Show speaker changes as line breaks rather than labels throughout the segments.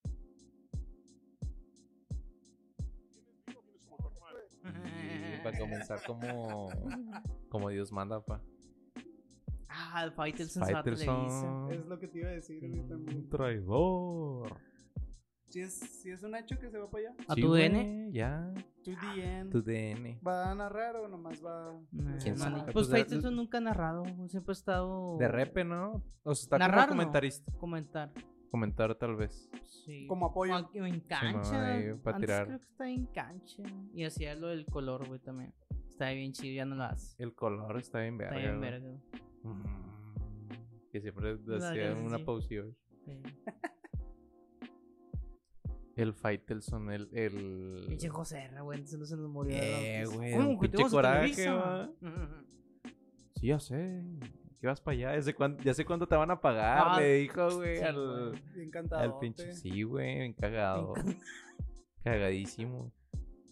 para comenzar como, como Dios manda, pa.
Ah, el Faitelson se va a Televisa.
Faitelson,
Es lo que te iba a decir, güey, también.
un traidor.
Si es, si es un hecho que se va para allá,
¿A
Sí,
tu
güey,
DN?
Ya,
tu
Ah,
DN.
tu DN.
¿Va a narrar o nomás va
Nah,
¿Quién
no,
sabe?
ni-
Pues
Pues
de-
Faitelson nunca ha narrado. Siempre ha estado.
De repe, ¿no? O sea, está
Narrar,
como
¿no?
comentarista.
Comentar.
Comentar tal vez.
Sí.
como apoyo?
Ah, En cancha.
ahí, pa'
Antes
tirar.
creo que estaba en cancha. Y hacía lo del color, güey, también. Estaba bien chido, ya no lo hace.
El color está bien verga.
Está bien
güey.
verga.
Mm. Que siempre
La
hacía
verdad,
una
sí.
pausión.
Sí.
El Faitelson, el. el...
Pinche Joserra, güey, entonces no se nos murió.
Eh,
¿no?
güey,
¿Cómo
un
que te
pinche
vas a
coraje,
Televisa?
va.
Mm.
Sí, ya sé. ¿Qué vas para allá? ¿Desde cuán- Ya sé cuándo te van a pagar,
Ah,
le dijo, güey,
sí,
al,
güey.
Bien
al
cantado.
pinche. Sí, güey, bien cagado. Cagadísimo.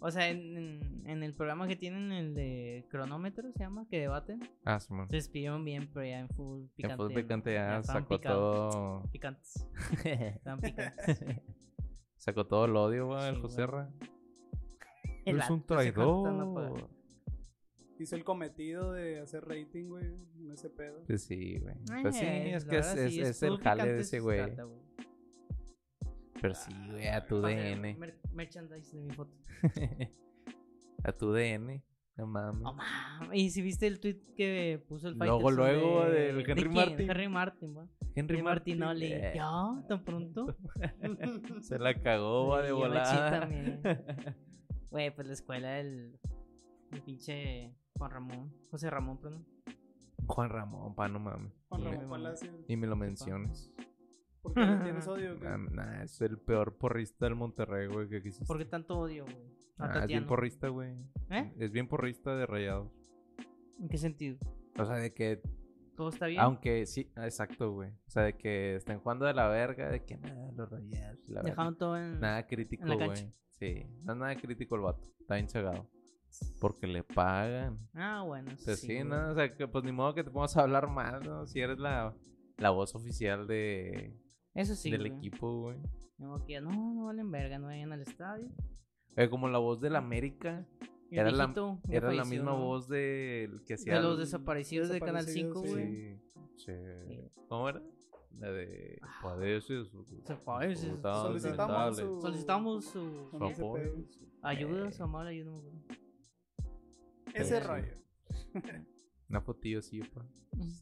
O sea, en, en- en el programa que tienen, el de cronómetro, se llama, que debaten,
Ah, Simón.
se despidieron bien, pero ya en full picante.
En full picante ya
estaban
sacó
picados,
todo.
Picantes. Estaban picantes.
Sacó todo el odio, güey, el
Sí, güey.
Joserra.
El
Eres un
vato se cortando
traidor.
pa-
Hizo el cometido de hacer rating, güey. No ese pedo.
Pues sí, güey. Pues sí,
Eh,
es
la
que es,
verdad,
es,
sí,
es el
full
jale de
picantes
ese
su
güey.
trata, güey.
Pero sí,
Ah,
güey, a tu
Para hacer
DN.
mer- merchandise de mi foto.
a tu DN. No mames.
No mames, y si viste el tweet que puso el
Luego,
Faitelson
luego,
de-
del
¿de
Henry
quién?
Martin.
Henry Martin, va.
Henry eh.
Henry Martin, no
Martinoli.
le ¿Ya? ¿Tan pronto?
Se la cagó, va, de
Sí, yo
volada.
machín también. Güey, pues la escuela del, del pinche Juan Ramón, José Ramón, perdón.
Juan Ramón, pa, no mames.
Juan
Ni me-
Ramón Palacios.
Ni me lo menciones.
¿Por qué le tienes odio? güey?
Nah, nah, es el peor porrista del Monterrey, güey, que existe.
¿Por qué tanto odio, güey? A
Ah, es bien
Tatiano.
porrista, güey.
¿Eh?
Es bien porrista de rayados.
¿En qué sentido?
O sea, de que
¿Todo está bien?
Aunque sí, ah, exacto, güey. O sea, de que estén jugando de la verga, de que nada, los rayados. y La verga.
Dejaron todo en...
Nada crítico,
en la cancha.
güey. Sí, no es nada crítico el vato. Está bien cegado. Porque le pagan.
Ah, bueno,
O sea, sí,
güey.
¿no? O sea, que, pues ni modo que te pongas a hablar mal, ¿no? Si eres la, la voz oficial de,
Eso sí,
del
güey.
equipo, güey.
No, que no, no valen verga, no vayan al estadio.
Eh, como la voz del América.
Y el
Era la-
viejito, ya
Era la
falleció,
misma
¿no?
voz del que hacía.
De los
el-
desaparecidos de Canal 5,
desaparecidos,
güey.
Sí, sí.
Sí. Ah.
¿Cómo era? La de padeces.
Se padeces.
ocultables,
Solicitamos
lamentables,
su-
Solicitamos su...
Con ese
Favor.
pedo.
Ayuda,
Eh.
su amor, ayuda. no me acuerdo.
Ese
Sí.
rollo.
Una fotillo así, pa.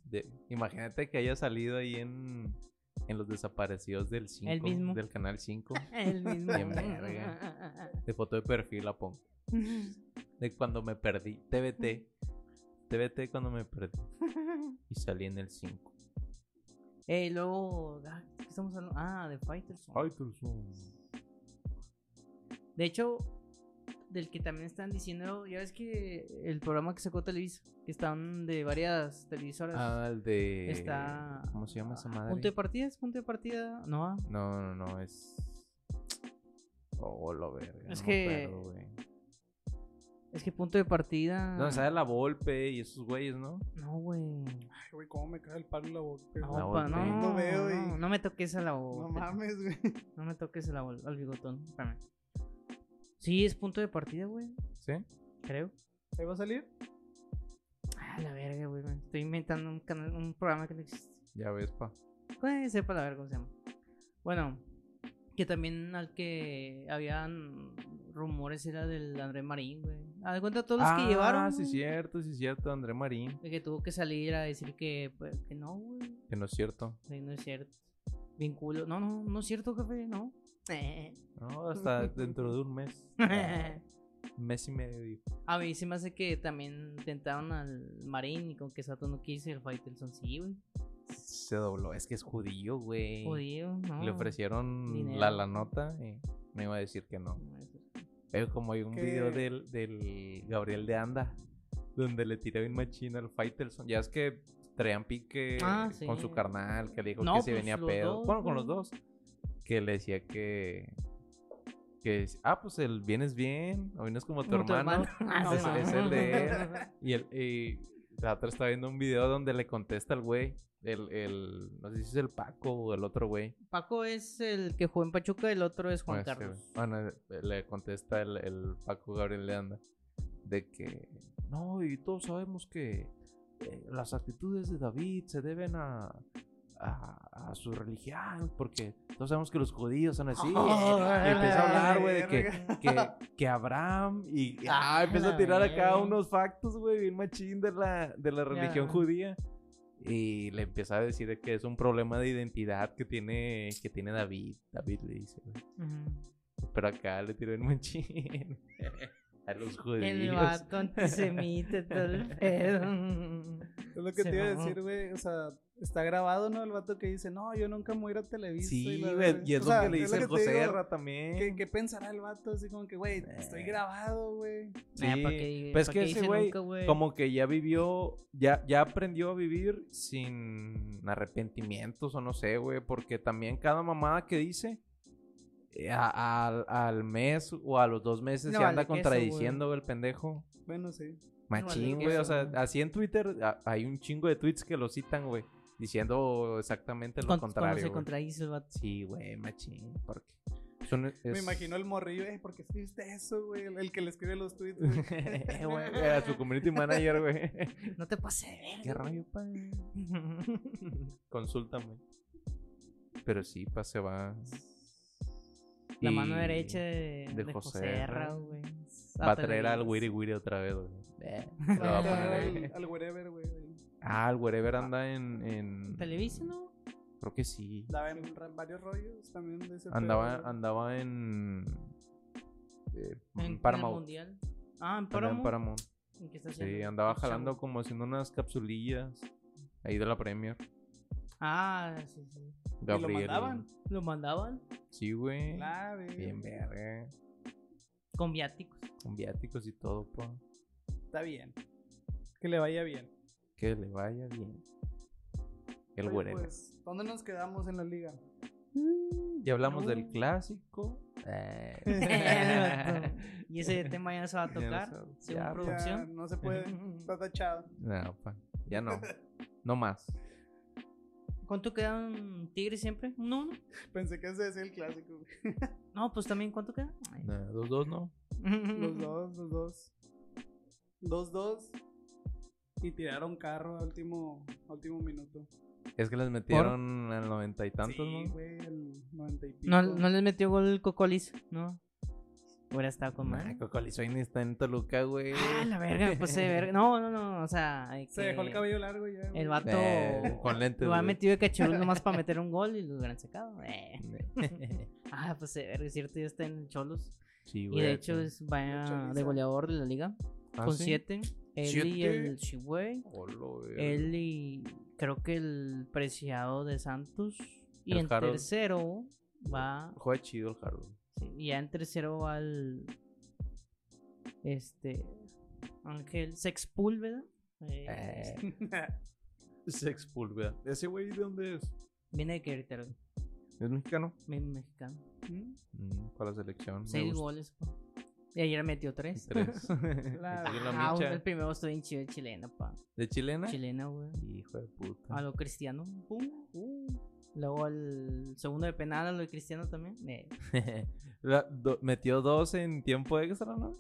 De- Imagínate que haya salido ahí en, en los desaparecidos del 5.
El mismo.
Del canal 5.
El mismo.
Bien verga. De foto de perfil la pongo. De cuando me perdí. TBT. TBT cuando me perdí. Y salí en el 5.
Eh, luego, ah, ¿qué estamos hablando? Ah, de Fighters. De hecho, del que también están diciendo, ya ves que el programa que sacó Televisa, que están de varias televisoras,
Ah, el de.
está...
¿Cómo se llama esa
ah,
madre?
Punto de partida, es punto de partida, no. ah,
No, no, no, es. Oh, lo verga.
Es
no me
que-
acuerdo, güey.
Es que punto de partida...
No, sale la Volpe y esos güeyes, ¿no?
No, güey.
Ay, güey, cómo me cae el palo en la boca. güey.
No,
Ah, La
pa, no,
Volpe.
no,
Lo veo y-
no, no me toques a la
No
boca.
mames, güey.
No me toques el abol- al bigotón. Espérame. Sí, es punto de partida, güey.
¿Sí?
Creo.
¿Ahí va a salir?
Ah, la verga, güey. me Estoy inventando un, canal, un programa que no existe.
Ya ves, pa.
Pues sepa la verga cómo se llama. Bueno, que también al que habían rumores era del André Marín, güey. A de cuenta todos los que llevaron.
Ah, sí,
güey,
cierto, sí, cierto. André Marín.
de Que tuvo que salir a decir que, pues, que no, güey.
Que no es cierto.
que no es cierto. Vinculo. No, no, no es cierto, jefe, no.
No, hasta dentro de un mes. Un mes y medio, dijo.
A mí se me hace que también tentaron al Marín y con que Sato no quiso y el Faitelson sí, güey.
Se dobló. Es que es judío, güey.
Jodido, no.
Le ofrecieron
Dinero.
la, la nota y no iba a decir que no. Es como hay un
Que-
video del, del Gabriel de Anda, donde le tiró bien machina al Faitelson. Ya es que traían pique
Ah,
con
sí.
su carnal, que le dijo
No,
que se
pues,
venía
los
pedo.
dos,
bueno, con los
güey.
dos. Que le decía que. que ah, pues el vienes bien, o vienes como tu hermano.
Ah,
es-
se
es
mamó.
el de- Y, el, y la otra está viendo un video donde le contesta al güey. El, el, no sé si es el Paco o el otro güey.
Paco es el que jugó en Pachuca, el otro es Juan
Bueno, este,
Carlos.
güey. Bueno, le contesta el, el Paco Gabriel Leanda. de que no, y todos sabemos que eh, las actitudes de David se deben a, a, a su religión, porque todos sabemos que los judíos son así.
Oh,
y empieza a hablar, güey, de que,
verga.
que, que Abraham y ah, empieza a
la
tirar acá
verga.
unos factos, güey, bien machín de la, de la religión
Ya.
judía. Y le empieza a decir de que es un problema de identidad que tiene, que tiene David. David le dice, güey. Pero acá le tiró el machín. A los
El
judíos.
vato antisemita, todo el pedo.
Es lo que
Se
te iba a
mamó.
decir, güey. O sea, está grabado, ¿no? El vato que dice, no, yo nunca me voy a ir a Televisa.
Sí,
la
güey,
verga".
y es
O
lo
sea,
que le
es lo
dice
que te
José
digo,
Erra también.
¿Qué, qué pensará el vato? Así como que, güey,
Eh.
estoy grabado, güey.
Sí,
Ah, ¿pa' qué-
pues
pa'
que
qué
ese
dice
güey
nunca, güey?
como que ya vivió, ya, ya aprendió a vivir sin arrepentimientos o no sé, güey, porque también cada mamada que dice eh, a- al- al mes o a los dos meses
No
se anda
vale queso,
contradiciendo güey, el pendejo.
Bueno, sí.
Machín,
vale
güey, o
queso,
sea,
güey.
así en Twitter a- hay un chingo de tweets que lo citan, güey, diciendo exactamente lo
Con- Cuando
contrario.
se
güey.
contradice el vato.
Sí, güey, machín, porque son- eh,
Me
es-
imagino el morrillo, eh, ¿por qué escribiste eso, güey? El, el que le escribe los tweets. güey.
Eh, güey, a su community manager, güey.
No te pases de verga.
¿Qué rollo, pa? Consúltame. Pero sí, pa, se va.
La
Y
mano derecha de,
de
de José,
José
Erra,
Erra.
güey.
Va a traer al Wiri Wiri otra vez, güey. Lo va a poner ahí.
al, al wherever, güey.
Ah, el wherever anda en. en...
Televisa, ¿no?
Creo que sí.
Daba en ra- varios rollos también de ese
Andaba,
pedo, güey.
andaba en. eh,
En- En, el
Paramount.
mundial. Ah, en
Andaba en
Paramount.
Paramount.
¿En qué está
Sí,
haciendo? Ah, pues,
andaba
Chavo.
jalando como haciendo unas capsulillas ahí de la Premier.
Ah, sí, sí.
lo
Gabriel.
mandaban?
Lo mandaban
Sí, güey.
La verga.
Bien verga.
con viáticos.
Con viáticos y todo, pa.
Está bien. Que le vaya bien.
Que le vaya bien. El
Oye,
wherever.
pues, ¿Dónde nos quedamos en la liga?
Ya hablamos
No.
del clásico. Eh.
y ese tema ya no se va a tocar.
Ya no se-
según
ya,
Ya,
producción.
no se puede. Está tachado.
No, pa, ya no. No más.
¿Cuánto quedan Tigres siempre? ¿Uno, uno?
Pensé que ese decía el clásico. güey.
No, pues también, ¿cuánto queda? Ay.
No, los dos no.
Los dos, los dos. Dos, dos. Y tiraron carro a último, a último minuto.
Es que les metieron al noventa y tantos,
Sí,
¿no?
güey, el 90 y pico.
No, no les metió gol el Cocolis, ¿no? Hubiera estado con
Nah,
madre.
Cocolizoin está en Toluca, güey.
Ah, la verga, pues de verga. No, no, no, o sea. hay
Se
que-
dejó el cabello largo ya. güey.
Eh, El vato
Eh, con lentes.
lo ha
güey.
metido de cachorro nomás para meter un gol y lo hubieran sacado. Eh. Ah, pues de verga, es cierto, ya está en Cholos.
Sí,
Y
güey.
de hecho es vaya
Choliza.
de goleador de la liga.
¿Ah,
con
sí?
siete. Él y
¿Siete?
el Chihuey.
Olo, güey.
Él y creo que el preciado de Santos. Y
El
en
Harold.
tercero va.
Juega chido el Harold.
sí, y ya en tercero va el. Este. Ángel Sexpúlveda. Eh,
Eh. Sexpulveda. ¿Ese güey de dónde es?
Viene de Querétaro,
¿Es mexicano?
me- mexicano.
¿Mm?
Mm, Para la selección. me
Seis
gusta.
goles. pa. Y ayer metió tres.
Tres.
La-
Sigue la
Ah,
micha. ¿Eh?
el primero estuvo bien chido, chilena, pa.
¿De chilena?
Chilena, güey.
Hijo de puta.
A lo cristiano. pum, uh. Luego el segundo de penal a lo de cristiano también. eh.
La- do- metió dos en tiempo extra, ¿no?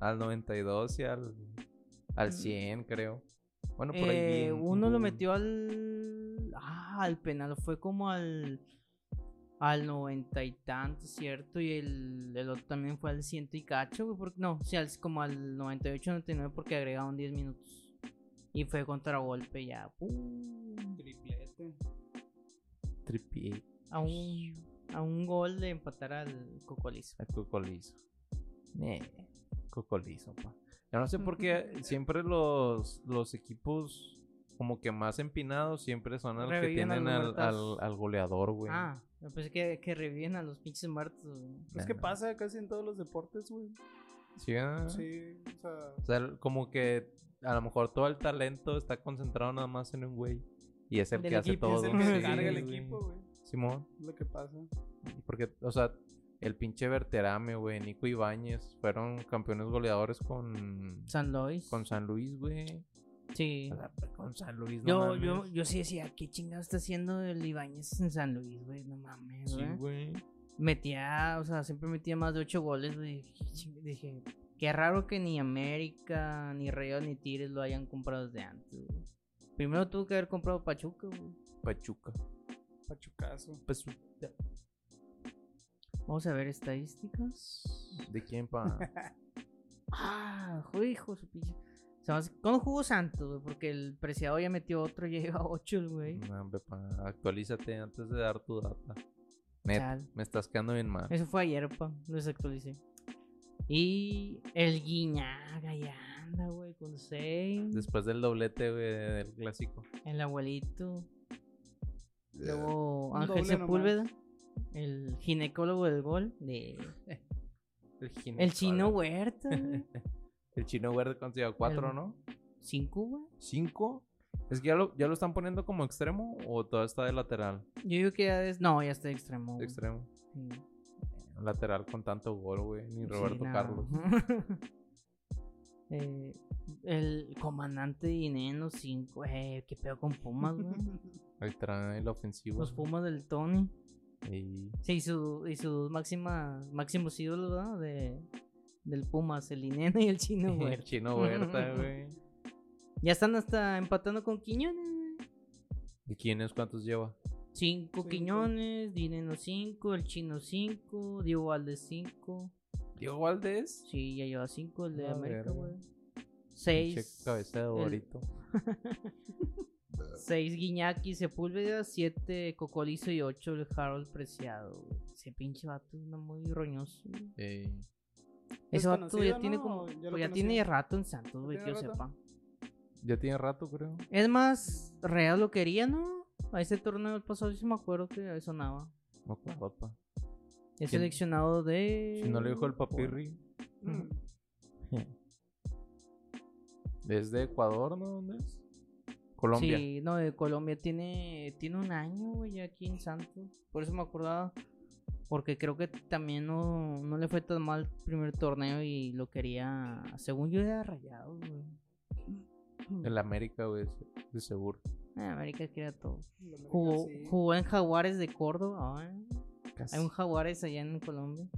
Al 92 y al, al 100, creo. Bueno, por ahí.
Eh,
vi un-
uno lo
un-
metió al. Ah, al penal. Fue como al. Al noventa y tanto, ¿cierto? Y el, el otro también fue al ciento y cacho, güey. porque- no, o sea, es como al 98, 99, porque agregaron 10 minutos. Y fue contragolpe ya. pum,
Triplete.
Tripié
A un, a un gol de empatar al Cocolizo.
a Cocolizo. Eh, Cocolizo, pa. Yo no sé por qué siempre los, los equipos como que más empinados siempre son los que
Reviven a
tienen
los
al, al,
muertos.
al goleador, güey.
Ah, yo pensé que, que reviven a los pinches muertos. güey.
Es
Nah, Ah.
que
nah.
pasa casi en todos los deportes, güey.
Sí, ¿verdad?
Sí, o sea.
O sea, como que a lo mejor todo el talento está concentrado nada más en un güey. Y es el
Del
que hace
equipo,
todo.
Es el
sí,
que carga el
güey.
equipo, güey.
Simón.
Es lo que pasa.
Porque, o sea, el pinche Berterame, güey, Nico Ibáñez, fueron campeones goleadores con,
San Lois.
con San Luis, güey.
Sí.
O sea, con San Luis,
Yo,
no
yo,
mames.
yo sí decía, ¿qué chingado está haciendo el Ibáñez en San Luis, güey? No mames,
Sí,
güey.
güey.
Metía, o sea, siempre metía más de ocho goles, güey. Qué ching- Dije, Qué raro que ni América, ni Rayados, ni Tigres lo hayan comprado desde antes, güey. Primero tuvo que haber comprado Pachuca, güey.
Pachuca.
Pachucazo.
Pues, Pachuca.
Vamos a ver estadísticas.
¿De quién pa?
Ah, joder, hijo de su pinche. Se me hace- ¿Cómo jugó Santos, güey? Porque el preciado ya metió otro, ya lleva ocho, el güey.
No, hombre, pa, Actualízate antes de dar tu data. Neta,
Chal.
me estás quedando bien mal.
Eso fue ayer, pa. Lo desactualicé. Y el Guiñaga ya anda, güey, con seis.
Después del doblete güey, del clásico.
El abuelito. Luego
Un
Ángel
doble nomás.
Sepúlveda. El ginecólogo del gol. De...
El,
El chino
güey.
Huerta, güey.
El chino verde consiguió cuatro,
El-
¿no?
Cinco, güey.
¿Cinco? Es que ya lo, ya lo están poniendo como extremo o todavía está de lateral.
Yo digo que ya es. No, ya está de extremo.
De
güey.
extremo.
Sí.
Lateral con tanto gol, güey. Ni
Sí,
Roberto
no.
Carlos.
Eh, el comandante Dineno 5. Eh, qué pedo con Pumas, güey.
Ahí trae la ofensiva.
Los Pumas del Tony.
Y
Sí, y, su, y sus máximas, máximos ídolos, ¿verdad? De, del Pumas, el Ineno y el Chino, güey.
el chino Huerta, güey.
ya están hasta empatando con Quiñones, güey.
¿Y quiénes cuántos lleva?
Cinco
Cinco.
Quiñones, Dineno 5, el Chino 5, Diego Valdés 5.
Diego Valdés.
Sí, ya lleva 5 el de
Ah,
La
América,
verga.
güey.
Pinche
6.
cabeza de borito.
6 Guiñaki, Sepúlveda, 7 Cocolizo y 8 el Harold Preciado. güey. Ese pinche vato anda muy roñoso. güey.
Ey.
Ese vato
Desconocido,
ya tiene
¿no?
como.
Ya lo
pues ya
conocía.
tiene rato en Santos, güey, que
tiene
yo
rato?
sepa.
Ya tiene rato, creo.
Es más, Real lo quería, ¿no? A ese torneo del pasado sí me acuerdo que sonaba.
No acuerdo, pa.
Es
¿Quién?
seleccionado de.
Si no lo dijo el papirri.
Mm.
¿Es de Ecuador, no? ¿Dónde es? Colombia.
Sí, no, de Colombia tiene, tiene un año, güey, ya aquí en Santos. Por eso me acordaba. Porque creo que también no, no le fue tan mal el primer torneo y lo quería. Según yo era rayado, güey.
El América, güey, de seguro.
Eh, América quería todo.
La América,
Jugó,
sí.
jugó en Jaguares de Córdoba. ah,
Casi.
Hay un Jaguares allá en Colombia.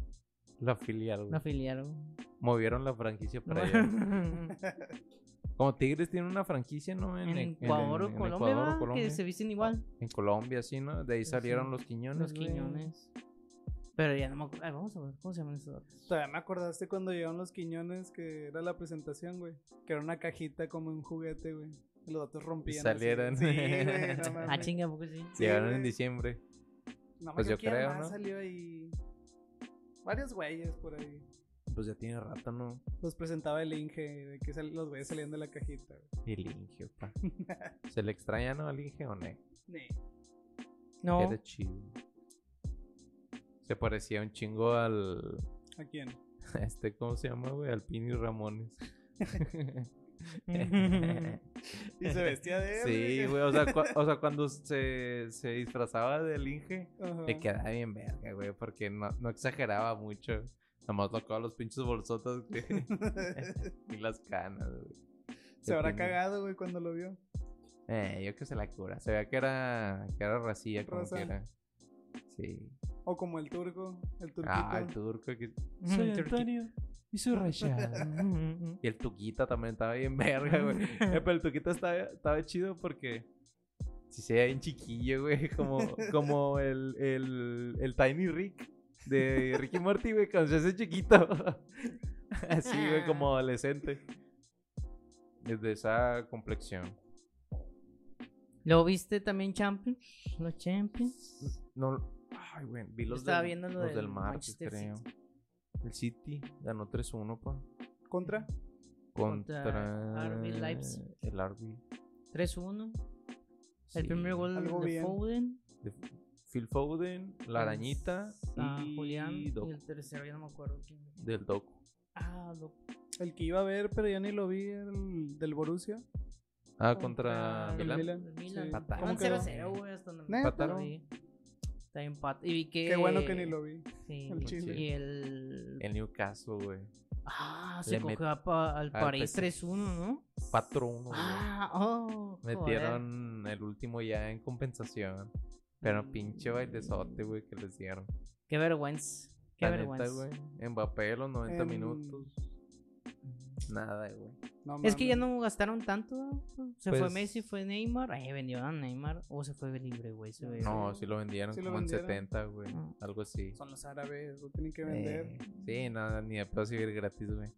La filial, güey.
La filiaron.
Movieron la franquicia para allá. Como Tigres tiene una franquicia, ¿no?
en
en-
Ecuador o
en
Colombia,
Ecuador o
¿verdad?
Colombia.
que se visten igual.
En Colombia, sí, ¿no? De ahí
Sí,
salieron
sí.
los quiñones.
Los
güey.
quiñones. Pero ya no me acuerdo. Ay, Vamos a ver cómo se llaman esos Ah, datos.
Todavía me acordaste cuando llegaron los quiñones que era la presentación, güey. Que era una cajita como un juguete, güey. Y los datos rompían. así.
salieron.
Sí, güey, no
Ah,
mames.
chinga, porque sí.
Sí,
Llegaron
güey.
en diciembre.
No,
Pues
yo
yo creo,
creo,
¿no?
salió ahí varios güeyes por ahí.
Pues ya tiene rato, ¿no?
Los presentaba el Inge, de que sal- los güeyes salían de la cajita. güey.
El Inge, pa. ¿Se le extraña, no, al Inge o no?
Nee.
No.
Era chido. Se parecía un chingo al...
¿A quién?
a Este, ¿cómo se llama, güey? Al Pini Ramones.
Y se vestía de él.
Sí, güey. O sea, cua- o sea, cuando se, se disfrazaba del Inge,
Ajá.
le quedaba bien verga, güey. Porque no, no exageraba mucho. Nomás tocaba los pinches bolsotas que- y las canas, güey.
Se habrá
Depende.
cagado, güey, cuando lo vio.
Eh, yo que se la cura. Se veía que era, que era racilla, como
Raza.
que era. Sí.
O como el turco, el turquito.
Ah, el turco. Que...
Ujú, el turquito.
y soy rayado. Y el Tuquita también estaba bien verga, güey. Eh, pero el Tuquita estaba, estaba chido porque si se veía bien chiquillo, güey. Como, como el, el, el Tiny Rick de Ricky Morty, güey, cuando se hace chiquito. Así, güey, como
Ah.
adolescente. Desde esa complexión.
¿Lo viste también Champions? Los Champions.
No, ay, güey, vi los,
estaba
del,
viendo lo
los del,
del
martes,
Manchester
creo.
City.
El City ganó 3-1, pa.
¿Contra?
Contra
Contra,
RB Leipzig.
El RB.
3-1. El
Sí.
primer gol
Algo
de
bien.
Foden.
de Phil Foden, La Arañita
Ah,
y
Julián.
Doku,
Y el tercero, ya no me acuerdo quién.
del Doku.
Ah, loco.
El que iba a ver, pero ya ni lo vi, el del Borussia.
Ah, contra
el
Milan.
Milan,
El Milan.
sí.
Empataron.
Iban
¿Cómo quedó?
0-0, güey, hasta donde me
Neta.
acuerdo, sí. Está empate. Y vi que.
Qué bueno que ni lo vi.
Sí,
el
Chile.
Y el.
El Newcastle, güey.
Ah,
Le
se
met-
cogió a pa- al
al
París
PC.
3-1, ¿no?
4-1. güey.
Ah, oh. joder. Mm.
Metieron el último ya en compensación. Pero pinche bailezote, güey, que les dieron.
Qué vergüenza. Qué
La neta,
vergüenza.
Em,
güey. Mbappé los 90
En-
minutos. Nada, güey.
No
Es que ya
mames.
no gastaron tanto. ¿no? Se fue
Pues-
Messi, fue Neymar. Eh, vendieron a Neymar. O se fue libre, güey. se ve-
No, sí lo vendieron
Sí lo
como en
vendieron.
70, güey.
Ah.
Algo así.
Son los árabes, lo tienen que vender.
Eh, sí, nada, ni de pedo seguir gratis, güey.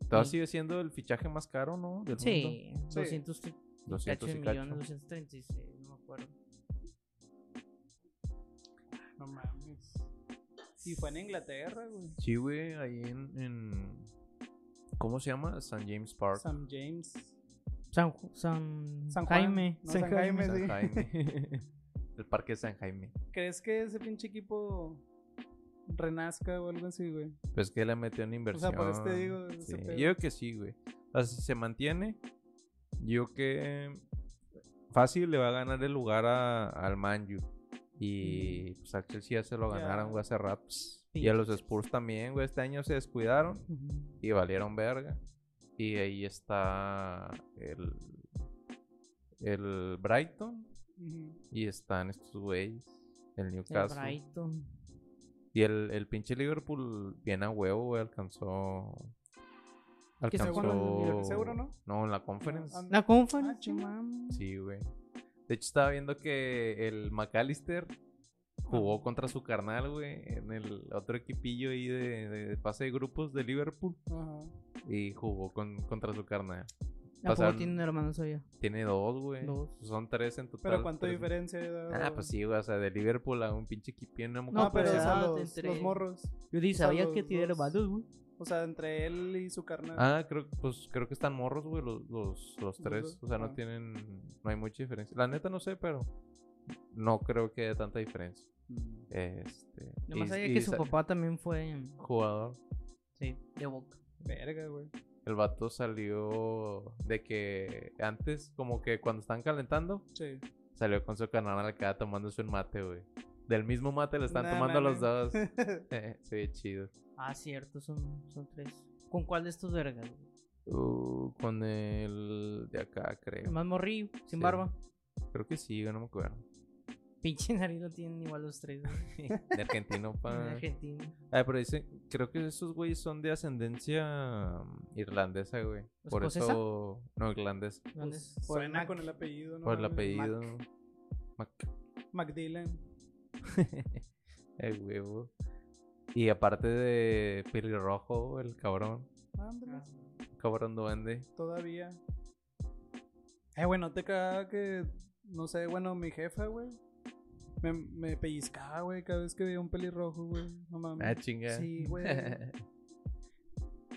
Todavía
Sí.
sigue siendo el fichaje más caro, ¿no? Del
Sí,
Sí.
200 y
mundo. 200
cacho
y
de
cacho.
millones, 236, no me acuerdo.
No mames. Y fue en Inglaterra, güey.
Sí, güey, ahí en, en- ¿Cómo se llama? San James Park. San,
Sam James.
San, Ju- San,
San Juan,
Jaime.
no, San Jaime. sí.
Jaime. el parque de San Jaime.
¿Crees que ese pinche equipo renazca o algo así, güey?
Pues que le metió una
O
inversión.
sea, por eso te digo. ese
Sí, Yo
pedo.
creo que sí, güey. O sea, si se mantiene, yo creo que fácil le va a ganar el lugar a, al Manju. Y pues a Chelsea ya se lo
Mm. Ya.
ganaron, güey, hace rato. Y a los Spurs también, güey. Este año se descuidaron
Ujú.
y valieron verga. Y ahí está el, el Brighton
Ujú.
y están estos güeyes. El Newcastle.
El Brighton.
y el, el pinche Liverpool, bien a huevo, güey, alcanzó.
¿Qué se
Alcanzó.
jugó en el
Liverpool? ¿Seguro no?
No, en la conference.
No,
La conference,
Ah, chinga.
mami.
Sí, güey. De hecho, estaba viendo que el McAllister jugó contra su carnal, güey, en el otro equipillo ahí de, de- de pase de grupos de Liverpool.
Ajá.
Y jugó con, contra su carnal.
¿A poco
pasaron-
tiene un hermano sabía?
Tiene dos, güey.
Dos.
Son tres en total.
Pero ¿cuánta
tres-
diferencia hay de-
Ah, pues sí, güey. O sea, de Liverpool a un pinche equipillo. No, me
No,
No,
acuerdo
Ah, pero,
cómo
pero ya
se
o sea, los,
entre-
los morros.
Yo ni
O sea,
sabía
los
que tiene
dos.
hermanos, güey.
O sea, entre él y su carnal.
Ah, creo, pues creo que están morros, güey, los, los, los
Los
tres.
dos,
O sea, no
ah.
tienen. No hay mucha diferencia. La neta no sé, pero. No creo que haya tanta diferencia.
Mm,
Este.
Nomás
y-
sabía
y
que su
sa-
papá también fue
Jugador.
sí, de boca.
Verga, güey.
El vato salió de que antes, como que cuando están calentando,
Sí.
salió con su canal acá tomándose un mate, güey. Del mismo mate le están
No
tomando los dos.
mames.
Eh, sí, chido.
Ah, cierto, son, son tres. ¿Con cuál de estos vergas? güey?
Uh, con el de acá,
El
creo.
más morrillo, sin
Sí.
barba.
Creo que sí, güey, no me acuerdo.
Pinche nariz lo tienen igual los tres, güey.
De argentino
En
para.
Argentina.
Ah, pero dicen, creo que esos güeyes son de ascendencia mm, irlandesa, güey.
¿Los
Por
escocesa?
eso, no, irlandés,
¿Dónde
Pues,
es?
suena
Mac.
con el apellido, ¿no?
por el
mames.
apellido. Mac.
Mac Dylan.
el huevo. Y aparte de pelirrojo, el cabrón,
Ah, Ándale,
cabrón duende.
todavía. Eh, bueno, te caga que. No sé, bueno, mi jefa, güey. Me, me pellizcaba, güey, cada vez que veía un pelirrojo, güey. No mames.
Ah, chinga.
Sí, güey.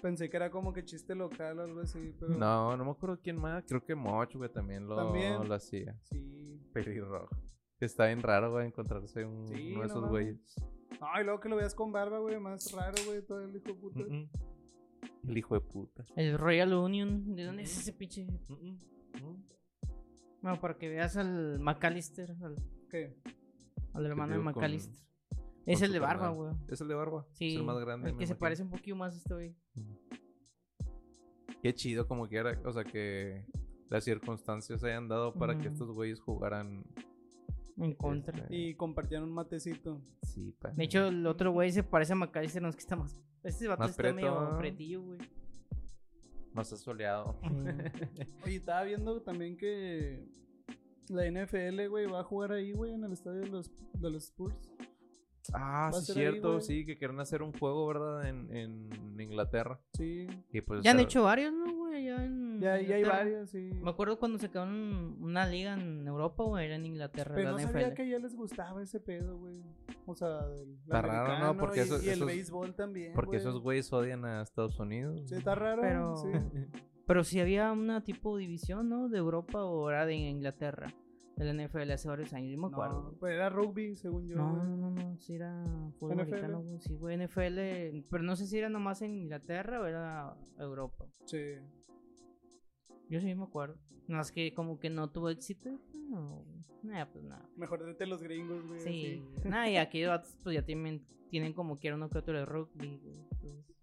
Pensé que era como que chiste local o algo así, pero.
no, no me acuerdo quién más. Creo que Moch, güey, también lo,
También.
lo hacía.
Sí.
Pelirrojo. Está bien raro, güey, encontrarse un-
Sí,
uno
no
de esos
mames.
güeyes.
No, y luego que lo veas con barba, güey, más raro, güey, todo el hijo de puta.
Mm, mm. El hijo de puta.
El Royal Union. ¿De dónde es ese pinche?
Mm, mm, mm.
Bueno, para que veas al McAllister, al,
¿Qué?
al hermano de
digo, con-
McAllister. es
con
el
su
de barba,
carnal.
güey.
Es el de barba.
Sí,
es el más grande.
el
me
que se
imagino.
parece un poquito más a este, güey.
Qué chido como que era. O sea, que las circunstancias hayan dado para que
Ujú.
estos güeyes jugaran.
En contra.
este,
Y compartían un matecito.
Sí, pa-
De hecho, el otro güey se parece a McAllister, no es que está más. Este vato
Más
está
preto,
medio
¿no?
pretillo, güey.
Más asoleado. Pues
Oye, estaba viendo también que la NFL, güey, va a jugar ahí, güey, en el estadio de los, de los Spurs.
Ah,
a
sí,
ser ahí,
cierto.
güey.
sí, que quieren hacer un juego, ¿verdad? En, en Inglaterra.
Sí.
Y pues,
ya han
o sea,
hecho varios, ¿no, güey? Ya,
Mm,
en
Ya, ya hay
Inglaterra.
varios, sí.
Me acuerdo cuando sacaron una liga en Europa, güey, era en Inglaterra, la
Pero no
NFL.
sabía que ya les gustaba ese pedo, güey. O sea, el
Está raro, ¿no?
americano
Porque
y,
eso-
y el
esos-
béisbol también,
Porque esos güeyes odian a Estados Unidos.
Sí, está raro,
Pero-
sí.
Pero sí había una tipo división, ¿no? De Europa o era de Inglaterra. De la NFL hace varios años, yo me acuerdo.
No,
güey.
pues era rugby, según yo.
No,
güey.
no, no, no, sí era fútbol
NFL.
americano, güey, sí, güey, NFL, pero no sé si era nomás en Inglaterra o era Europa.
Sí.
Yo sí me acuerdo. No, es que como que no tuvo éxito, no, nah, pues nada.
Mejor dete los gringos, güey.
Sí,
así.
nada, y aquí los vatos, pues ya tienen, tienen como que era uno que otro de rugby, güey, entonces.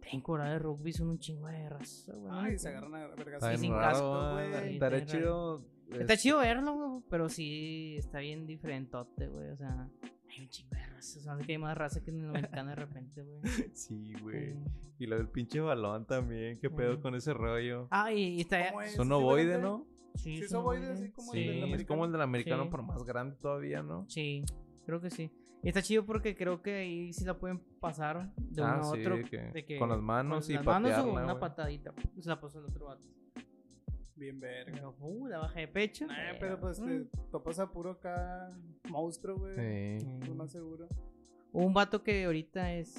Ten cura de rugby, son un chingo de raza, güey. no
Ay,
sé.
se agarran a vergas.
Está
Sí,
bien
sin
raro,
casco,
ah,
güey.
Estaría
Está raro.
chido.
Está
es-
chido verlo, güey, pero sí está bien diferentote, güey. O sea, hay un chingo de raza. Se me hace que hay más raza que en el mexicano de repente, güey.
Sí, güey.
Mm.
Y lo del pinche balón también. ¿Qué pedo
Mm.
con ese rollo?
Ah, y, y está.
¿Cómo es?
Son
¿Sí,
ovoide,
verdad?
¿no?
Sí,
Sí,
son
ovoides,
ovoides.
sí, como
Sí,
el del
es como el del americano,
Sí.
pero más grande todavía, ¿no?
Sí, creo que sí. Y está chido porque creo que ahí sí la pueden pasar de
Ah,
uno a
sí,
otro.
que
de que
con las manos
con
y
las manos o
patearla,
una
güey.
patadita. pues, Se la pasó el otro vato.
Bien verga.
Pero, uh, la baja de pecho.
Nah,
eh,
pero pues
mm.
te topas a puro acá monstruo, güey.
Sí.
Mm.
Lo más seguro.
Hubo Un vato que ahorita es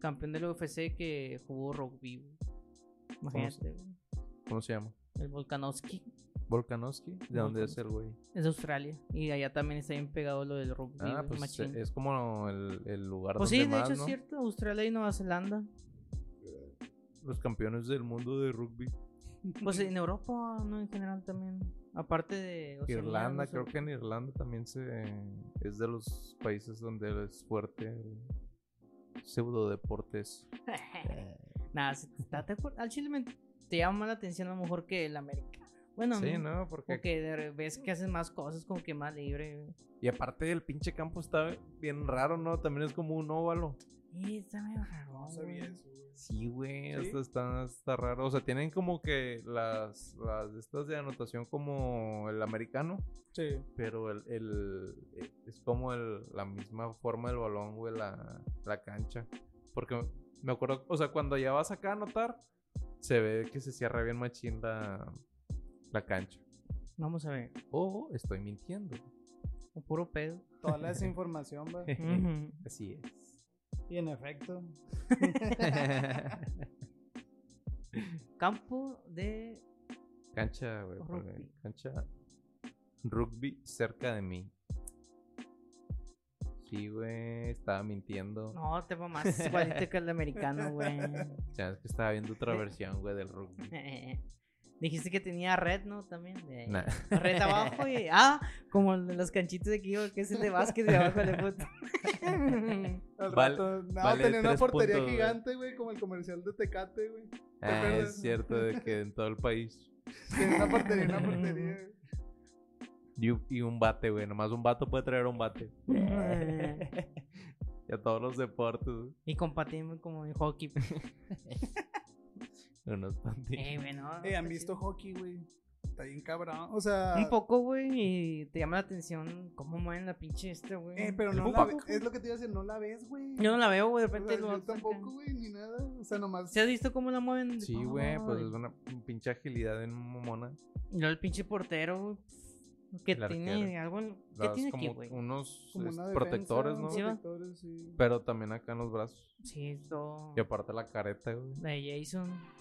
campeón del UFC que jugó rugby. güey. Imagínate, güey.
¿Cómo se llama?
el Volkanovski
Volkanovski. ¿De dónde es
Volkanovski.
el güey?
es de Australia y allá también está bien pegado lo del rugby.
Ah,
güey,
pues
machín.
eh, es como el, el lugar
Pues sí,
donde
de
más,
hecho
¿no?
es cierto, Australia y Nueva Zelanda.
Los campeones del mundo de rugby.
Pues en Europa, no en general también. Aparte de Oceanía,
Irlanda,
no sé.
creo que en Irlanda también se es de los países donde es fuerte el pseudo deportes.
Nada, si te- está- te acuer- al chile me- te llama más la atención a lo mejor que el América. Bueno,
sí,
¿no?
¿no? Porque
Porque de re- ves que haces más cosas, como que más libre. güey.
y aparte el pinche campo está bien raro, ¿no? También es como un óvalo.
Y está medio raro.
No sabía
güey.
eso, güey.
Sí, güey,
¿Sí?
esto está, está raro. O sea, tienen como que las, las de estas de anotación como el americano,
Sí.
pero el, el- es como el- la misma forma del balón, güey, la, la cancha. Porque me acuerdo, o sea, cuando ya vas acá a anotar, se ve que se cierra bien machín la, la cancha.
Vamos a ver.
O estoy mintiendo.
Un puro pedo. Eh,
Toda la desinformación, va.
Ujú.
Así es.
Y en efecto.
Campo de.
cancha, güey. porque
Pues, Rugby.
Cancha rugby cerca de mí. Sí, güey, estaba mintiendo.
No, te más igualito que el americano, güey.
O sea, es que estaba viendo otra versión, güey, del rugby.
Dijiste que tenía red, ¿no? También. eh,
Nah.
Red abajo y. Ah, como el de los canchitos de aquí, güey, que es el de básquet de abajo de puta.
Al
Val-
rato, no,
vale
tenía una
tres
portería
puntos, güey.
gigante, güey, como el comercial de Tecate, güey.
Ah, es
acuerdas?
cierto de que en todo el país.
Tiene una portería, una portería. güey.
Y un, y un bate, güey. Nomás un vato puede traer un bate. y a todos los deportes, güey.
y compartimos como en hockey.
Unos patines.
Eh, güey, no,
Eh, han
está
visto
chido.
hockey, güey. Está bien cabrón. O sea.
Un poco, güey, y te llama la atención cómo mueven la pinche esta, güey.
Eh, pero
El
no la
Pupac.
ve- Es lo que te iba a decir, no la ves, güey.
Yo no la veo, güey, de
O sea,
repente lo
yo
sacan.
tampoco, güey, ni nada. O sea, nomás.
¿Se has visto cómo la mueven?
Sí, güey, pues es una pinche agilidad en mona.
Y luego el pinche portero, güey, pues, que
El
tiene
arquero.
algo... en- ¿Qué
Das
tiene aquí,
como
güey?
unos
Como
pues, es,
una defensa,
protectores, ¿no?
Sí, va.
Protectores, sí.
Pero también acá en los brazos.
Sí, esto...
Y aparte la careta, güey.
La de Jason. Ah,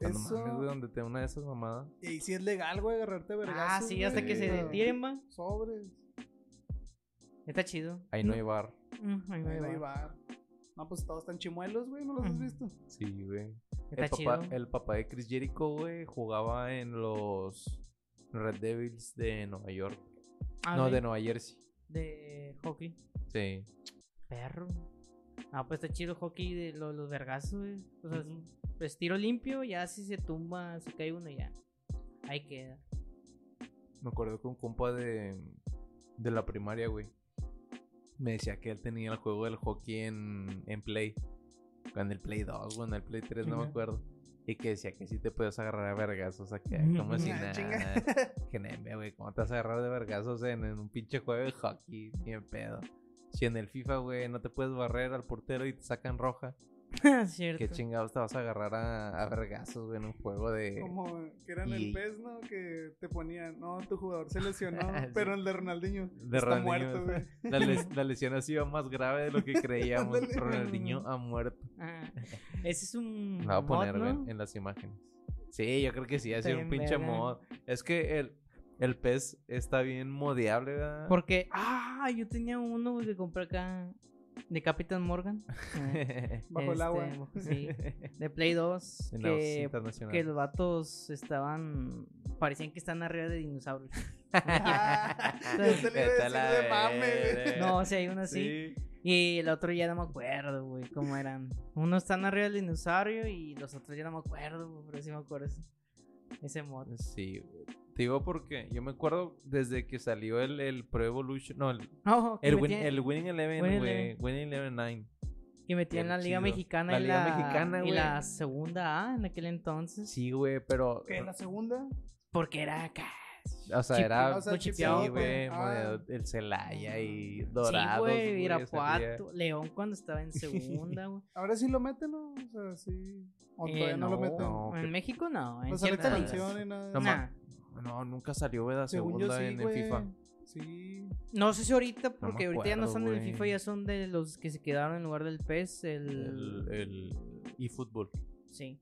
Cuando
Eso-
mames, güey, donde te da una de esas mamadas.
Y ahí sí es legal, güey, agarrarte a vergazos.
ah, sí, hasta que se
güey.
detiren, va.
Sobres.
Está chido.
Ahí no hay bar.
Mm, ahí no hay
Ahí
bar.
va. No, pues todos están chimuelos, güey, ¿no los has
Ujú.
visto?
Sí, güey.
Está
el, papá, eh,
chido.
el papá de Chris Jericho, güey, jugaba en los Red Devils de Nueva York.
Ah,
no,
güey,
de Nueva Jersey.
de hockey.
Sí.
Perro. Ah, pues está chido el hockey de lo- los vergazos, güey. O sea, es un- pues tiro limpio, ya si se tumba, se cae uno, ya. Ahí queda.
Me acuerdo que un compa de, de la primaria, güey, me decía que él tenía el juego del hockey en, en Play. En el Play 2 o en el Play 3, no me
Ujú.
acuerdo. Y que decía que sí te podías agarrar a vergazos acá, como si
Sí,
Ah,
nada.
chinga.
Que neme, güey, ¿cómo te vas a agarrar de vergazos en, en un pinche juego de hockey? Ni en pedo. Si en el FIFA, güey, no te puedes barrer al portero y te sacan roja,
Cierto.
¿qué chingados te vas a agarrar a, a vergazos, güey, en un juego de.
Como que eran
Y-
el pez, ¿no? Que te ponían, no, tu jugador se lesionó,
Ah, Sí.
pero el de Ronaldinho
de
está
Ronaldinho?
muerto, güey.
La, les- la lesión ha sido más grave de lo que creíamos.
Ándale.
Ronaldinho ha muerto.
Ah, ese es un.
Me va a
Mm, mod,
poner
¿no?
güey, en las imágenes. Sí, yo creo que sí, ha
Está
sido un
bien
pinche
verga.
mod. Es que el, el pez está bien modeable, ¿verdad?
Porque, ah, yo tenía uno güey, que compré acá de Capitán Morgan. Eh,
Bajo el agua.
este, bajo- sí, De Play 2.
en la
Que,
osita nacional.
que los vatos estaban. Parecían que están arriba de dinosaurios.
Ah, yo te lo iba a
Vete a
decir
la
de mame, güey.
verga.
No, o sea, hay uno así.
Eh, Sí.
Y el otro ya no me acuerdo, güey, cómo eran. Uno están arriba del dinosaurio y los otros ya no me acuerdo, güey, pero sí me acuerdo ese, ese mod.
Sí, güey. Te digo porque yo me acuerdo desde que salió el, el Pro Evolution, no, el,
No, que
el, Win-
metía,
el Winning Eleven,
Winning
güey.
Eleven.
Winning Eleven 9.
que metía en
el
la Liga
chido.
Mexicana
La
y
Liga
la,
Mexicana,
y
güey.
la segunda A en aquel entonces.
Sí, güey, pero.
¿Qué? ¿La segunda? ah,
Porque era acá.
O sea,
Chip-
era.
o sea,
Ah, sí,
chipeado,
güey,
pues.
moneda-
Ah.
el Celaya y Dorados.
sí, güey,
güey,
Irapuato,
salía.
León cuando estaba en segunda, güey.
Ahora sí lo meten, ¿no? O sea, sí. O
Eh,
todavía no, lo meten.
no.
En
que-
México no, en
No sale
ciertas
expansión
ligas.
ni nada.
No,
Nah.
ma- No, nunca salió, ¿verdad?
Según
Segunda
yo sí,
en el
güey.
FIFA.
Sí.
No sé si ahorita, porque ahorita ya no
acuerdo,
son del FIFA,
güey.
ya son de los que se quedaron en lugar del PES, el...
El, el eFootball.
Sí.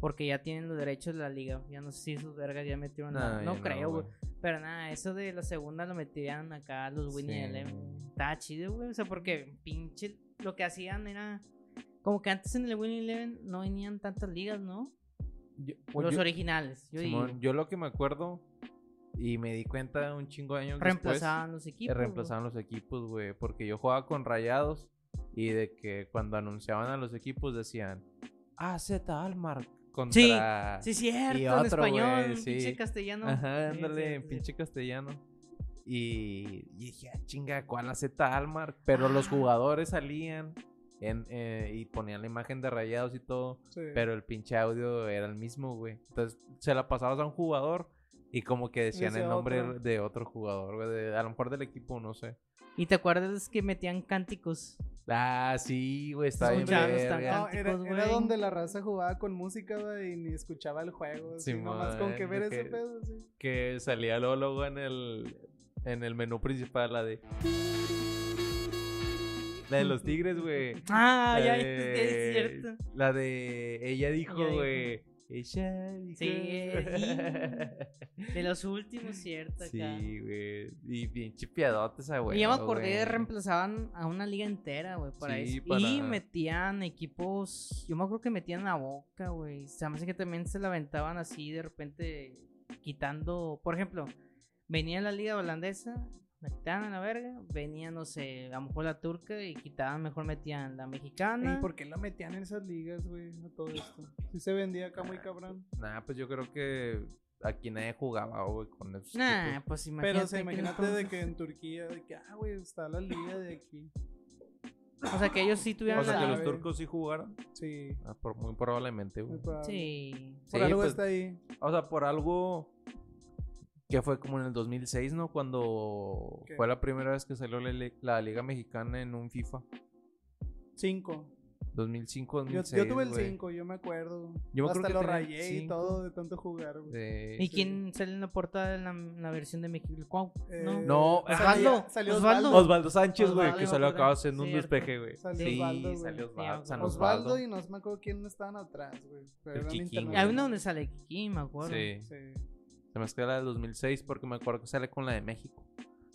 Porque ya tienen los derechos de la liga. Ya no sé si esos vergas ya metieron
Nah,
nada. No
ya
creo, güey. Pero nada, eso de la segunda lo metían acá los Winnie
Sí.
Eleven. Estaba chido, güey. O sea, porque pinche lo que hacían era. Como que antes en el Winnie Eleven no venían tantas ligas, ¿no?
Yo- pues
los
yo-
originales. Yo
Simón,
digo.
yo lo que me acuerdo y me di cuenta un chingo de años
reemplazaban los
después, eh,
equipos. güey.
reemplazaban los equipos, güey, porque yo jugaba con Rayados y de que cuando anunciaban a los equipos decían AZ Almar contra
Sí, cierto.
Y
en
otro,
español,
güey,
en pinche
sí.
castellano.
Ajá,
Sí,
ándale,
sí,
en
sí.
pinche castellano. Y, y dije, "Ah, chinga, ¿cuál AZ Almar? Pero los
Ah.
jugadores salían en- eh, y ponían la imagen de Rayados y todo.
sí.
Pero el pinche audio era el mismo, güey. Entonces se la pasabas a un jugador y como que decían
Decía
el nombre
otro.
de otro jugador, güey. de- a lo mejor del equipo, no sé.
Y te acuerdas que metían cánticos.
Ah, sí, güey, está bien.
Escuchaban los
verga.
No,
Cánticos,
era, era
güey.
donde la raza jugaba con música güey, y ni escuchaba el juego. Sí,
Simón,
nomás con que ver
de
ese
que-
pedo. Sí.
Que salía luego, luego en el, en el menú principal, la de. La de los tigres, güey.
Ah,
La
ya,
de-
es cierto.
Eh, La de. Ella dijo,
dijo.
güey. Ella dijo.
Sí, De los últimos, cierto. Acá.
Eh. Sí, güey. Y bien chipiadote esa, güey.
Y ya me acordé,
güey.
reemplazaban a una liga entera, güey, para
Sí,
eso. Y
para-
metían equipos, yo me acuerdo que metían a Boca, güey. Se me hace que también se la aventaban así de repente quitando, por ejemplo, venía la liga holandesa, la quitaban a la verga, venía, no sé, a lo mejor la turca y quitaban, mejor metían la mexicana.
¿Y por qué la metían en esas ligas, güey? A todo esto. Sí se vendía acá muy cabrón.
Nah, pues yo creo que aquí nadie jugaba, güey, con esos
Nah,
tipos.
pues imagínate.
Pero o sea,
que no-
imagínate de que en Turquía, de que, ah, güey, está la liga de aquí.
O sea, que ellos sí tuvieran
O sea, que
la-
los
Sabe.
turcos sí jugaron.
Sí.
Ah, por- muy probablemente,
muy
güey.
probable.
Sí.
Por
Sí,
algo
pues,
está ahí.
O sea, por algo que fue como en el 2006, ¿no? Cuando
¿Qué?
fue la primera vez que salió la, li- la Liga Mexicana en un FIFA.
Cinco.
2005,
Yo,
2006.
yo tuve el
Mm, güey.
5, yo me acuerdo.
Yo me
Hasta
acuerdo que
lo
tenía
rayé y
cinco.
todo de tanto jugar, güey.
Eh,
¿Y
Sí.
quién sale en la portada en la, la versión de México? El Cuau, ¿no?
Eh,
No,
salía-
Osvaldo,
Salió
Osvaldo.
Osvaldo.
Osvaldo Sánchez, güey,
Osvaldo,
que salió acá
¿verdad?
haciendo un
Cierto.
despeje, güey.
Salió
Sí,
Osvaldo, güey.
salió Osvaldo.
Sí,
San
Osvaldo
Osvaldo.
y no me acuerdo quién estaban atrás, güey. Pero
El
eran
Kikín,
internos.
güey.
Hay una donde sale Kiki, me acuerdo.
Sí.
Sí.
Se me queda la del 2006 porque me acuerdo que sale con la de México.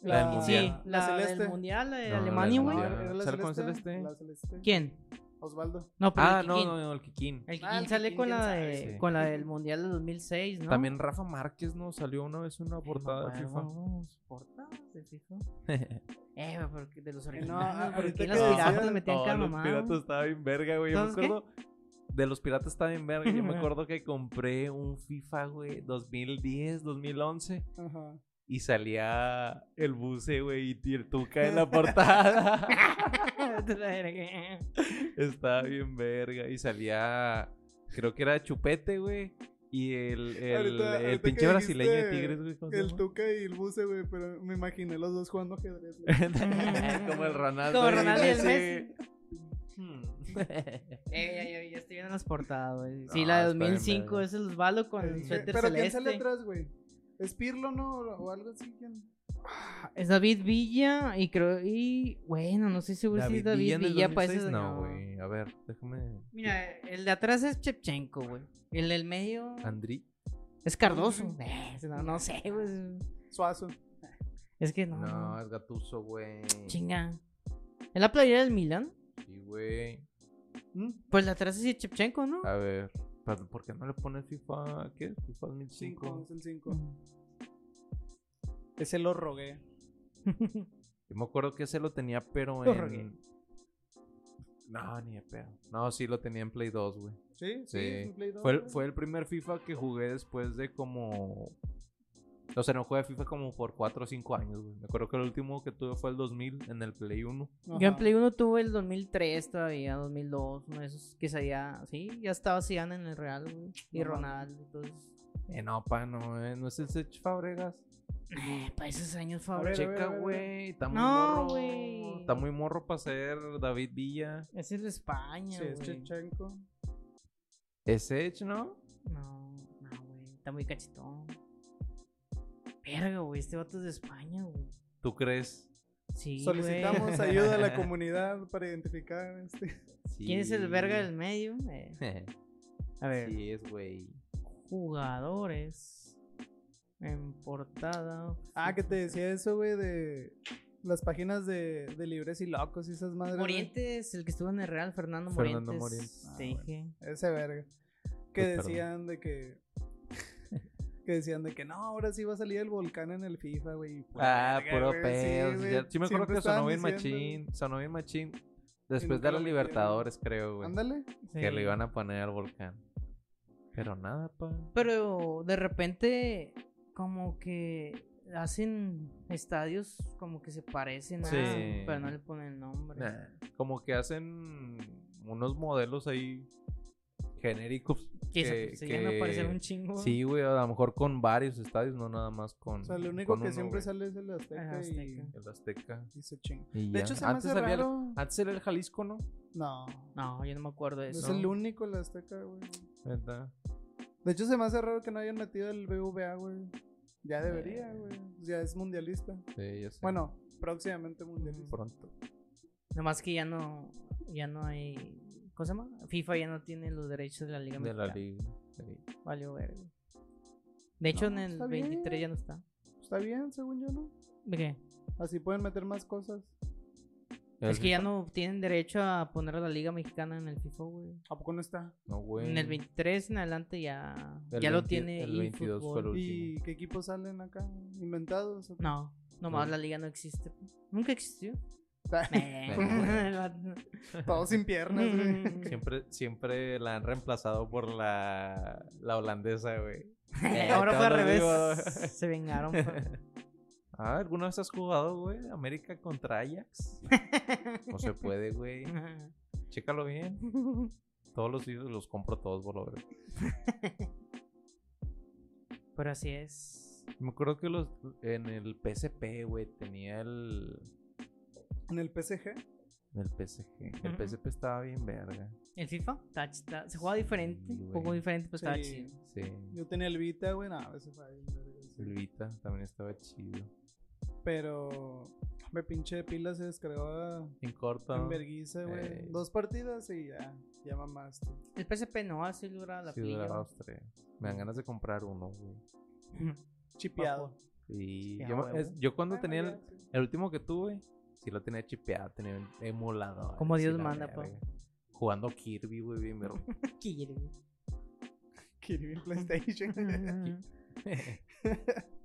La del
La,
Sí,
Mundial.
la,
celeste.
del mundial, la de
No, la
Alemania,
del
güey.
No,
Mundial.
¿era la
¿Sale con celeste?
La celeste.
¿Quién?
Osvaldo.
No, pero
Ah,
el
no,
Kikín.
no, no, el Kikín.
El
Ah,
Kikín
el
sale
Kikín,
con,
quién
la
sabe,
de,
sí.
con la del mundial de 2006, ¿no?
También Rafa Márquez, ¿no? Salió una vez en una portada de FIFA.
Portadas de FIFA. Eh, güey, porque de los
ah,
originales. porque
ahorita
los
que
piratas
decían-
le metían
No,
cada
los
mamada.
piratas estaba bien verga, güey. Yo me
¿Entonces qué?
acuerdo. De los piratas estaba bien verga. Yo me acuerdo que compré un FIFA, güey, 2010, 2011.
Ajá.
Y salía el buce, güey, y el tuca en la portada.
Vete a la verga.
estaba bien verga. Y salía. Creo que era Chupete, güey. Y el, el,
Ahorita-
el
ahorita que
pinche brasileño de
dijiste
Tigres, güey. ¿cómo se
El
llama?
Tuca y el Buce, güey, pero me imaginé los dos jugando ajedrez. güey.
Como el Ronaldo.
Como
y
Ronaldo y el
Messi.
Eh, ya, ya, ya estoy viendo las portadas, güey. Sí,
No,
la de
está bien
2005
verga.
es el Osvaldo con
Eh,
el suéter
pero ¿quién
celeste.
sale atrás, güey? ¿Es Pirlo, no? ¿O algo así? ¿Quién?
Es David Villa y creo. Y bueno, no sé seguro si es David
Villa
Villa, pues,
en
para
el 2006?
eso.
No, güey. A ver, déjame.
Mira, el de atrás es Chepchenko, güey. El del medio
Andri.
es Cardoso. Eh, no, no sé, güey.
Suazo.
Es que no.
No,
no.
es Gatuso, güey.
Chinga. ¿Es la playera del Milan?
Sí, güey.
¿Mm?
Pues la atrás es Chepchenko, ¿no?
A ver. pero ¿Por qué no le pones FIFA? ¿Qué? FIFA 2005.
Cinco, es el cinco. Ese lo rogué.
Yo me acuerdo que ese lo tenía, pero
Lo rogué.
en. No, ni de pedo. No, sí lo tenía en Play 2, güey.
¿Sí?
Sí.
es un Play Doh,
Fue el,
güey.
fue el primer FIFA que jugué después de como O sea, no jugué FIFA como por 4 o 5 años, güey. Me acuerdo que el último que tuve fue el 2000 en el Play 1.
Yo en Play 1 tuve el 2003 todavía, 2002, uno de esos que salía, sí, ya estaba Zidane en el Real, güey, y
No mames.
Ronaldo, entonces,
Eh, no, pa, no, eh, no es el Sech Fabregas.
eh, para esos años,
A
favor.
ver, a ver,
Checa,
a ver.
güey. Está muy
No,
morro.
güey.
Está muy morro para ser David Villa.
Ese es de España,
Sí, es
güey.
Chechenko.
Es Sech, ¿no?
No, no, güey, está muy cachetón. Verga, güey, este vato es de España, güey.
¿Tú crees?
Sí, güey.
Solicitamos ayuda a la comunidad para identificar este.
¿Quién es el
Sí.
verga del medio? Eh, a ver,
sí es, güey.
jugadores en portada.
Ah, que te decía eso, güey, de las páginas de, de libres y locos y esas madres. güey.
Morientes, el que estuvo en el Real, Fernando Morientes.
Fernando
Te
Morientes.
Ah, bueno.
dije.
Ese verga. Que
Pues, perdón.
decían de que. que decían de que no, ahora sí va a salir el volcán en el FIFA, güey. Pura
Ah,
verga,
puro
güey,
pedo.
Sí,
Sí,
güey.
ya- sí me acuerdo
Siempre
que sonó
estaban
bien
diciendo,
machín. Sonó bien machín. Después
nunca
de
lo
la
metieron.
Libertadores, creo, güey.
Ándale.
Que
Sí.
le iban a poner al volcán. Pero nada, pa.
Pero de repente, como que hacen estadios como que se parecen a,
Sí.
pero no le ponen el nombre.
Nah, Como que hacen unos modelos ahí genéricos.
Que, se,
que-
se llegan a parecer
que-
un chingo.
Sí, güey, a lo mejor con varios estadios, no nada más con.
O sea, lo único
con
que
uno,
siempre
güey,
sale es el Azteca,
Ajá,
Y,
Azteca.
El Azteca.
y se chinga.
Y
De
ya.
hecho, se me
antes,
hace
había el-
raro.
antes era el Jalisco, ¿no?
No.
No, yo no me acuerdo de
no
eso.
Es el único el Azteca, güey.
¿Verdad?
De hecho, se me hace raro que no hayan metido el BVA, güey. Ya debería, güey. Ya es mundialista.
Eh. Sí, ya sé.
Bueno, próximamente mundialista.
Pronto.
Nomás que ya no, ya no hay. ¿Cómo se llama? FIFA ya no tiene los derechos de la Liga
De
Mexicana.
la liga. sí.
Valió verga. De hecho,
No,
en el
está bien.
23 ya no está.
Está bien, según yo, ¿no?
¿De qué?
Así pueden meter más cosas.
Es que ya no tienen derecho a poner a la Liga Mexicana en el FIFA, güey.
¿A poco no está?
No, güey.
En el 23 en adelante ya,
El
ya lo
20
tiene
el 22 fue
eFootball.
lo-
¿Y qué equipos salen acá? ¿Inventados? o qué?
No, nomás
No.
la liga no existe. Nunca existió.
Está-
Meh.
güey.
El vato.
Todos sin piernas,
Mm.
güey.
Siempre, siempre la han reemplazado por la, la holandesa, güey.
Ahora fue al
todos
revés.
digo-
Se vengaron. pa.
Ah, ¿alguna vez has jugado, güey? América contra Ajax. No se puede, güey. Chécalo bien. Todos los videos los compro todos, por lo menos.
Pero así es.
Me acuerdo que los en el PSP, güey, tenía el
En el PSG.
en el PSG. El
Ujú.
PSP estaba bien verga.
El FIFA está ch- está- se juega diferente,
Sí,
un
güey.
poco diferente, pues, pero estaba
Sí.
chido.
Sí.
Yo tenía el Vita, güey. No, ese fue ahí, verga, sí.
El Vita también estaba chido.
Pero me pinche de pila se descargaba
En corto.
en verguiza, güey.
Ey.
Dos partidas y ya. Ya mamaste.
El PSP no, así dura la
Sí,
pila.
duraba los tres. Me dan ganas de comprar uno, güey.
Chipeado.
Y
Ya,
yo, me-
huevo.
es- yo cuando
Bueno,
tenía
ya,
el,
sí.
el último que tuve, sí lo tenía chipeado, tenía un emulador.
Como
así,
Dios
la
manda, pues. pa.
verga. Jugando Kirby, güey, bien verga.
Quiere, güey.
Kirby en PlayStation.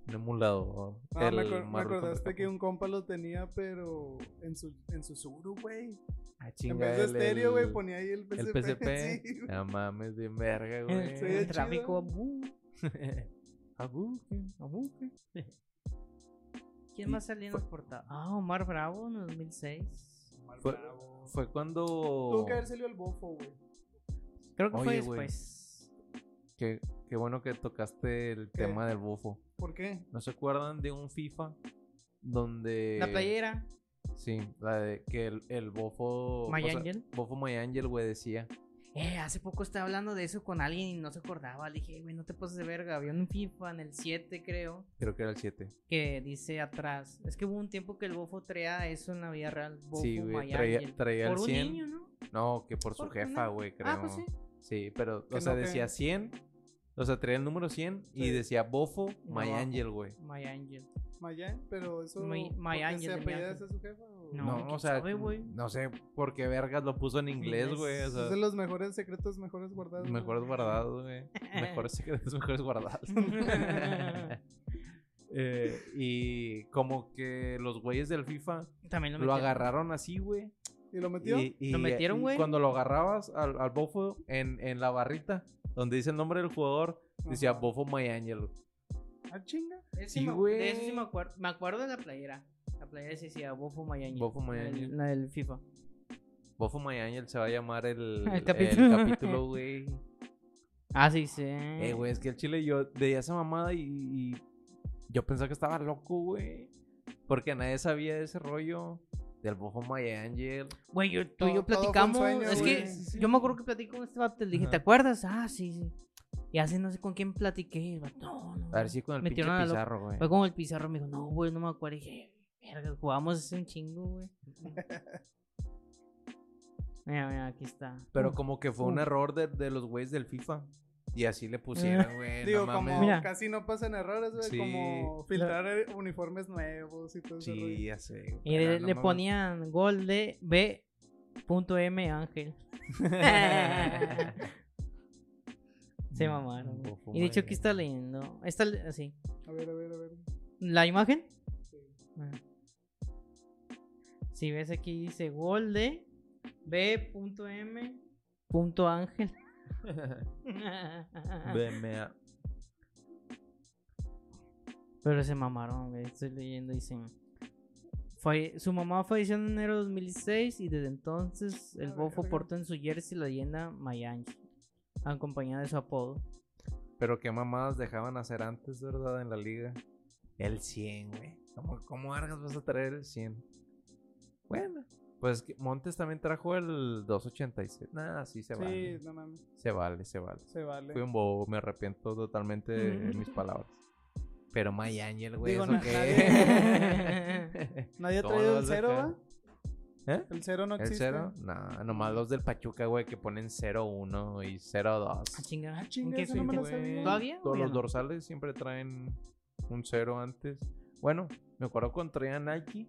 Un emulador.
No,
El
Ah, me, acor- me
Marvel contra
acordaste que
Capcom.
un compa lo tenía, pero en su, en su Suru, güey.
Ah,
En
chinga,
vez de
el-
estéreo, güey,
el-
ponía ahí el PSP.
El PSP.
sí, güey.
no mames, bien verga, güey.
Sí, de
El tráfico. abu,
Ah, bu, qué-
abu. ¿Quién
Y
más salía en
fue-
las portadas? Ah, Omar Bravo en el 2006.
Omar
Fue-
Bravo.
Fue cuando.
Tuvo que haber salido el bofo, güey.
Creo que fue
Oye, güey.
después.
Qué, qué bueno que tocaste el
¿Qué?
tema del bufo.
¿Por qué?
¿No se acuerdan de un FIFA donde.
La playera.
Sí, la de que el, el bofo.
My
o sea,
Angel.
Bofo My Angel, güey, decía.
Eh, hace poco estaba hablando de eso con alguien y no se acordaba. Le dije, güey, no te pases de verga. Había un FIFA en el 7, creo,
Creo que era el 7.
que dice atrás. Es que hubo un tiempo que el bofo traía eso en la vida real. Bofo,
Sí, güey,
My
traía-
Angel.
traía el
Por un
100.
niño, ¿no?
No, que por su
Porque
jefa,
no.
güey, creo.
Ah, pues sí.
Sí, pero,
Que
o sea,
no, que-
decía 100. O sea, traía el número 100 y
Sí.
decía bofo My
Abajo.
Angel, güey.
My Angel.
Mayan, pero eso.
Mi-
¿por qué
Mayan,
¿Se
yo tenía
apellida
que-
a su jefa? o-
No.
No,
¿quién
o sea,
sabe, güey?
no sé por qué vergas lo puso en inglés,
Inglés.
güey. O
Es
sea,
de los mejores secretos, mejores guardados. güey.
mejores guardados, güey. Mejores secretos, mejores guardados. Eh, y como que los güeyes del FIFA
También lo,
lo
metieron.
agarraron así, güey.
¿Y lo metió?
Y- y-
¿Lo metieron,
y
güey?
Cuando lo agarrabas al, al bofo en, en la barrita donde dice el nombre del jugador, decía
Ajá.
bofo My Angel.
Ah, chinga.
Ese
Sí,
me-
güey.
De eso sí me acuerdo. Me acuerdo de la playera. La playera sí decía Bofo Miami.
Bofo Mayaña.
La del FIFA.
Bofo Mayaña se va a llamar el,
El
el
capítulo.
capítulo. güey.
Ah, sí, sí.
Eh, güey, es que el chile yo veía esa mamada y, y yo pensaba que estaba loco, güey. Porque nadie sabía de ese rollo del Bofo My Angel.
Güey, yo- tú y yo
Todo- todo fue un
platicamos.
sueño,
es
güey.
que
Sí, sí,
yo me acuerdo que platico con este vato. Le dije,
Ajá.
¿te acuerdas? Ah, sí, sí. Y hace no sé con quién platiqué. y el vato, No, no.
A ver si con el pinche
Metieron a lo-
pizarro, güey.
Fue como el pizarro me dijo, no, güey, no me acuerdo. Y dije, verga, jugamos hace un chingo, güey. mira, mira, aquí está.
Pero como que fue un
Uh.
error de, de los güeyes del FIFA. Y así le pusieron, güey. Eh, no
Digo,
mames.
como
Mira.
casi no pasan errores, güey.
Sí.
Como filtrar eh, uniformes nuevos y todo eso.
Sí, ya sé. güey,
Y le,
no
le
mames.
ponían gol de B.M. Ángel.
Mm,
Se mamaron. güey.
Bofo
Y de hecho
Mayaña.
aquí está leyendo. Está le- así.
A ver, a ver, a ver.
¿La imagen?
Sí.
Ajá. Si ves aquí dice gol de B.M. punto Ángel.
Veme a-
Pero se mamaron, güey. Estoy leyendo, dicen. Falle- Su mamá falleció en enero de 2006 y desde entonces el
Ah,
bofo
verga.
porta en su jersey la leyenda Mayanchi, acompañada de su apodo.
Pero qué mamadas dejaban hacer antes, ¿verdad? En la liga. El 100, güey. ¿Cómo, cómo Vargas vas a traer el 100? Bueno, pues que Montes también trajo el 286. Nah, sí se
Sí,
vale.
no mames.
Se vale, se vale.
Se vale.
Fui un bobo, me arrepiento totalmente de
Ujú.
mis palabras. Pero My Angel, güey,
Digo,
¿eso
na-
qué?
Nadie ha
¿Cómo
traído
lo
el
vas a
cero,
sacar?
¿va?
¿Eh?
El cero no
¿El
existe.
cero? Nah, nomás los del Pachuca, güey, que ponen 01 y 02.
Ah, chinga.
Ah,
¿en
chinga,
qué
eso no me
fecha?
lo sabía.
¿Todavía? o
Todos
ya
los
no?
dorsales siempre traen un cero antes. Bueno, me acuerdo cuando traían Nike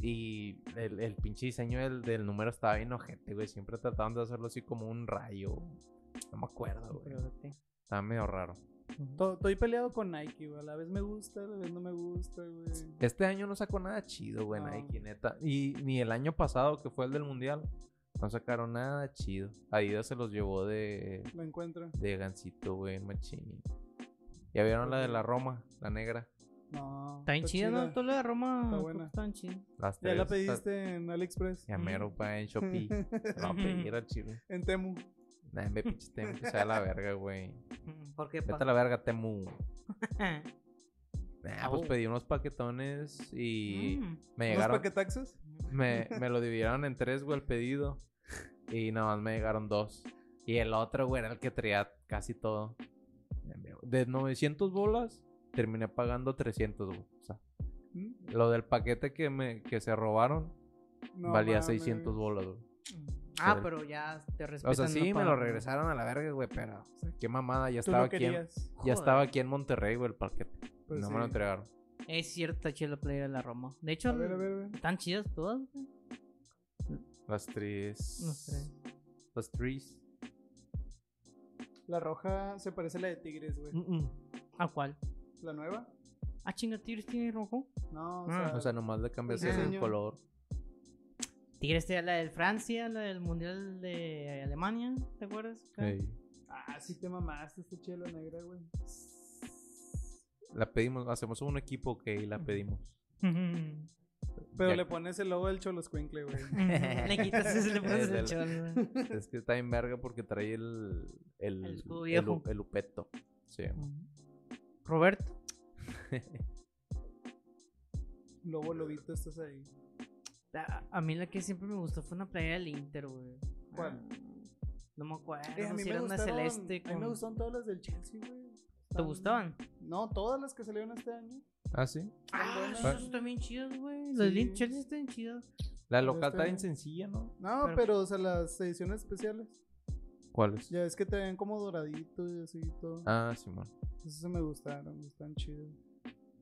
y el, el pinche diseño del, del número estaba bien ojete, güey. Siempre trataban de hacerlo así como un rayo. No me
Ah,
acuerdo, güey.
Pero, ¿qué?
Estaba medio raro.
To- Estoy peleado con Nike, güey. A la vez me gusta, a la vez no me gusta, güey.
Este año no sacó nada chido, güey,
No.
Nike, neta. Y ni el año pasado, que fue el del Mundial, no sacaron nada chido. Adidas se los llevó de,
Lo encuentro.
de gancito, güey, machín. ¿Ya vieron la de la Roma, la negra?
No.
Está bien chida, ¿no? Todo lo de Roma.
Está
creo que
buena.
Está bien chido.
Las
Ya la
tres, las-
pediste en AliExpress.
Ya
Ujú.
mero pa' en Shopee. Se va a pedir al chile.
En Temu.
Nah, me pinche Temu que sea la verga, güey.
¿Por qué?
Vete a
Mm, pa?
la verga, Temu. Nah, pues
Au.
pedí unos paquetones y
Mm.
me
¿Unos
llegaron.
paquetaxos?
Me, me lo dividieron en tres, güey, el pedido. Y nada más me llegaron dos. Y el otro, güey, era el que traía casi todo. De 900 bolas, terminé pagando 300, güey. O sea,
¿Mm?
lo del paquete que, me, que se robaron
No
valía
mames.
600 bolas, güey.
Ah,
Pero-
pero ya te respetan.
O sea,
no
sí, me lo
pagan.
regresaron a la verga, güey, pero o sea, qué mamada, ya
Tú lo
estaba aquí. en-
querías.
Ya
Joder.
estaba aquí en Monterrey, güey, el paquete.
Pues
no me lo
sí.
entregaron.
Es cierto, chida la playera de la Roma. De hecho,
A ver, a ver, a ver.
están chidas todas. güey.
Las tres.
No sé.
Las tres.
La roja se parece a la de Tigres, güey.
Mm. ¿A cuál?
¿La nueva?
Ah, chinga, Tigres tiene rojo.
No, o
Ah,
sea.
Mm, O sea, nomás le cambias
El
el
diseño.
color.
Tigres tiene la del Francia, la del Mundial de Alemania, ¿te acuerdas? acá?
Ey.
Ah, sí te mamaste esta chela negra, güey.
La pedimos, hacemos un equipo, ok, y la pedimos.
Pero
Ya-
le pones el logo del Choloscuincle, güey.
le quitas ese, le pones el
Del-
chorro. güey.
Es que está en verga porque trae el. El,
El escudo
el-
viejo.
el upeto. Sí.
Roberto,
Lobo, lobito, estás ahí.
a, a mí la que siempre me gustó fue una playera del Inter, güey.
¿Cuál?
Ah, No me acuerdo,
Eh, a mí
si
me
era una
gustaron.
celeste.
A mí me
con-
gustaron todas las del Chelsea, güey.
¿Te
Están-
gustaban?
No, todas las que salieron este año.
Ah, sí.
Ah,
buenas.
esos están bien chidos, güey. Los
Sí.
del Chelsea están chidos.
La
Pero
local
está
está bien
bien.
sencilla, ¿no?
No,
Pero-
pero, o sea, las ediciones especiales.
¿Cuál es?
Ya es que te ven como doradito y así y todo.
Ah, Simón.
Esas se me gustaron, están chidas.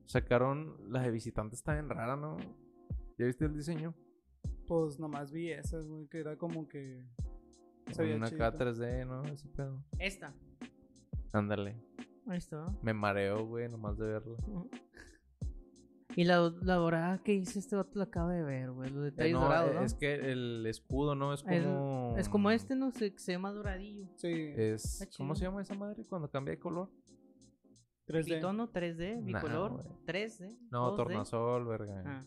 Sacaron las de visitantes, está bien rara, ¿no? ¿Ya viste el diseño?
Pues nomás vi esas, güey, que era como que. Se veía
Una
chidito.
acá 3D, ¿no? Ese pedo.
Esta.
Ándale.
Ahí está.
Me mareo, güey, nomás de verla.
Y la, la dorada que hice este vato la acabo de ver, güey. Los
Eh,
detalles
no,
dorados,
eh,
¿no?
Es que el escudo, ¿no? Es
El-
como.
Es como este, no sé, que se llama doradillo.
Sí.
Es...
Está
¿Cómo se
chido.
llama esa madre cuando cambia de color?
3D.
Bitono, 3D,
Nah,
bicolor,
güey.
3D.
No,
2D.
tornasol, verga.
Ah,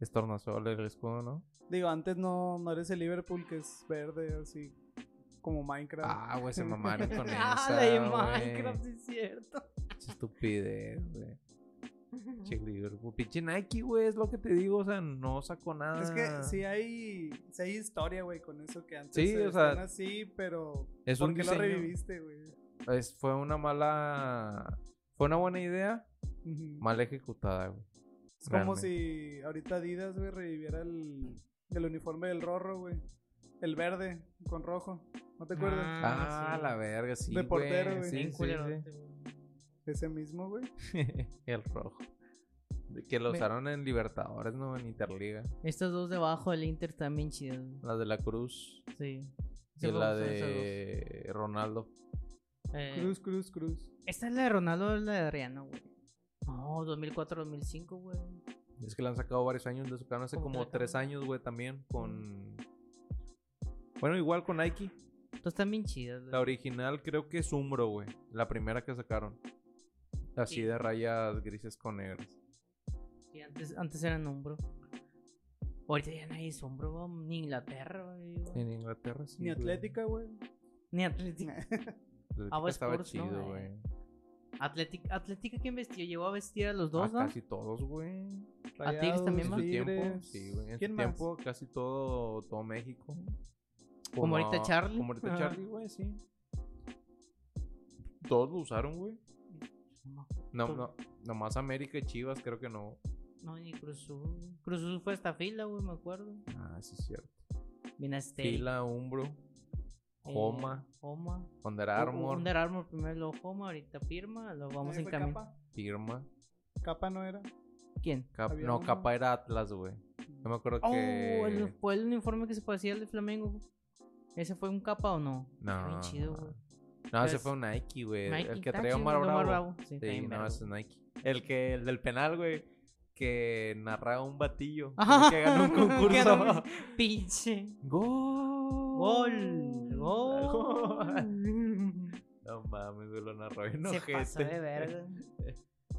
Es tornasol el escudo, ¿no?
Digo, antes no, no eres el Liverpool que es verde, así como Minecraft.
Ah, güey, se mamaron con esa,
Ah, la de
güey.
Minecraft, sí es cierto.
Pinche estupidez, güey. Pinche Liverpool. Pinche Nike, güey, es lo que te digo, o sea, no sacó nada.
Es que sí hay, sí hay historia, güey, con eso que antes
Sí,
eh,
o sea,
están así, pero
es
¿por
un
qué lo
diseño.
reviviste, güey?
Es- fue una mala... Fue una buena idea,
Ujú.
mal ejecutada, güey.
es como
realmente.
si ahorita Adidas, güey, reviviera el, el uniforme del Rorro, güey. El verde con rojo. ¿No te acuerdas?
Ah,
Ah, sí.
la verga, sí,
De
güey.
portero, güey.
Sí,
Bien
sí,
culerote,
sí.
güey.
Ese mismo, güey.
el rojo. De Que lo
Ve-
usaron en Libertadores, no en Interliga.
Estas dos debajo del Inter también chidas. güey.
La de la Cruz
Sí.
y
Sí, me
la
gustan esas dos.
de Ronaldo.
Eh,
Cruz, cruz, cruz.
Esta es la de Ronaldo o la de Adriano, güey. No, 2004-2005, güey.
Es que la han sacado varios años, la sacaron hace como
Completa.
tres años, güey, también con... Bueno, igual con Nike.
Entonces están bien chidas, güey.
La original creo que es Umbro, güey. La primera que sacaron. Así
Sí.
de rayas grises con negras.
Sí, antes, antes eran hombro. Ahorita ya nadie es hombro, güey, ni Inglaterra, güey. güey.
En Inglaterra sí.
Ni
güey.
Atlética, güey.
Ni Atlética.
Atlética
Aguas
estaba
Sports, Ah, ¿no?
chido,
Eh,
güey.
Atlética, Atlética ¿quién vestió? Llegó a vestir a los
Ah,
dos, ¿no?
Casi todos, güey.
Tigres
Rayados,
también,
Pues, En
va?
su tiempo,
Tigres.
sí, güey. En
¿Quién
su
más?
tiempo, casi todo, todo México.
Como ahorita
a-
Charlie.
Como ahorita
Ajá.
Charlie, güey, sí. Todos lo usaron, güey.
No,
No,
Todo.
no. Nomás América y Chivas, creo que no.
no, ni Cruz Azul. Cruz Azul fue esta fila, güey, me acuerdo.
Ah, sí, es cierto.
Bien Azteca.
Fila, Umbro, Homa,
Homa.
Under Armour,
eh, Under Armour primero, luego Homa, ahorita firma, lo vamos
¿También
en
fue
camino.
Capa?
Firma.
Capa no era.
¿Quién?
Cap-
Había
no,
uno.
capa era Atlas, güey. No me acuerdo
Oh,
que.
el, fue el uniforme que se parecía al de Flamengo. güey. ¿Ese fue un capa o no? Está
No.
bien chido, güey.
No, ese
Pues,
fue un Nike, güey.
Nike,
El que
está
traía
chido,
Omar
el de
Bravo.
Omar Bravo. Sí, está
Sí,
bien
no,
verga,
ese es
güey.
Nike. El que, el del penal, güey. Que narraba un batillo.
Ajá.
Que ganó un
Que ganó-
concurso.
Pinche.
¡Gol!
Gol.
Gol.
Gol.
No mames, güey, lo narró bien
se
ojete.
pasó de verga.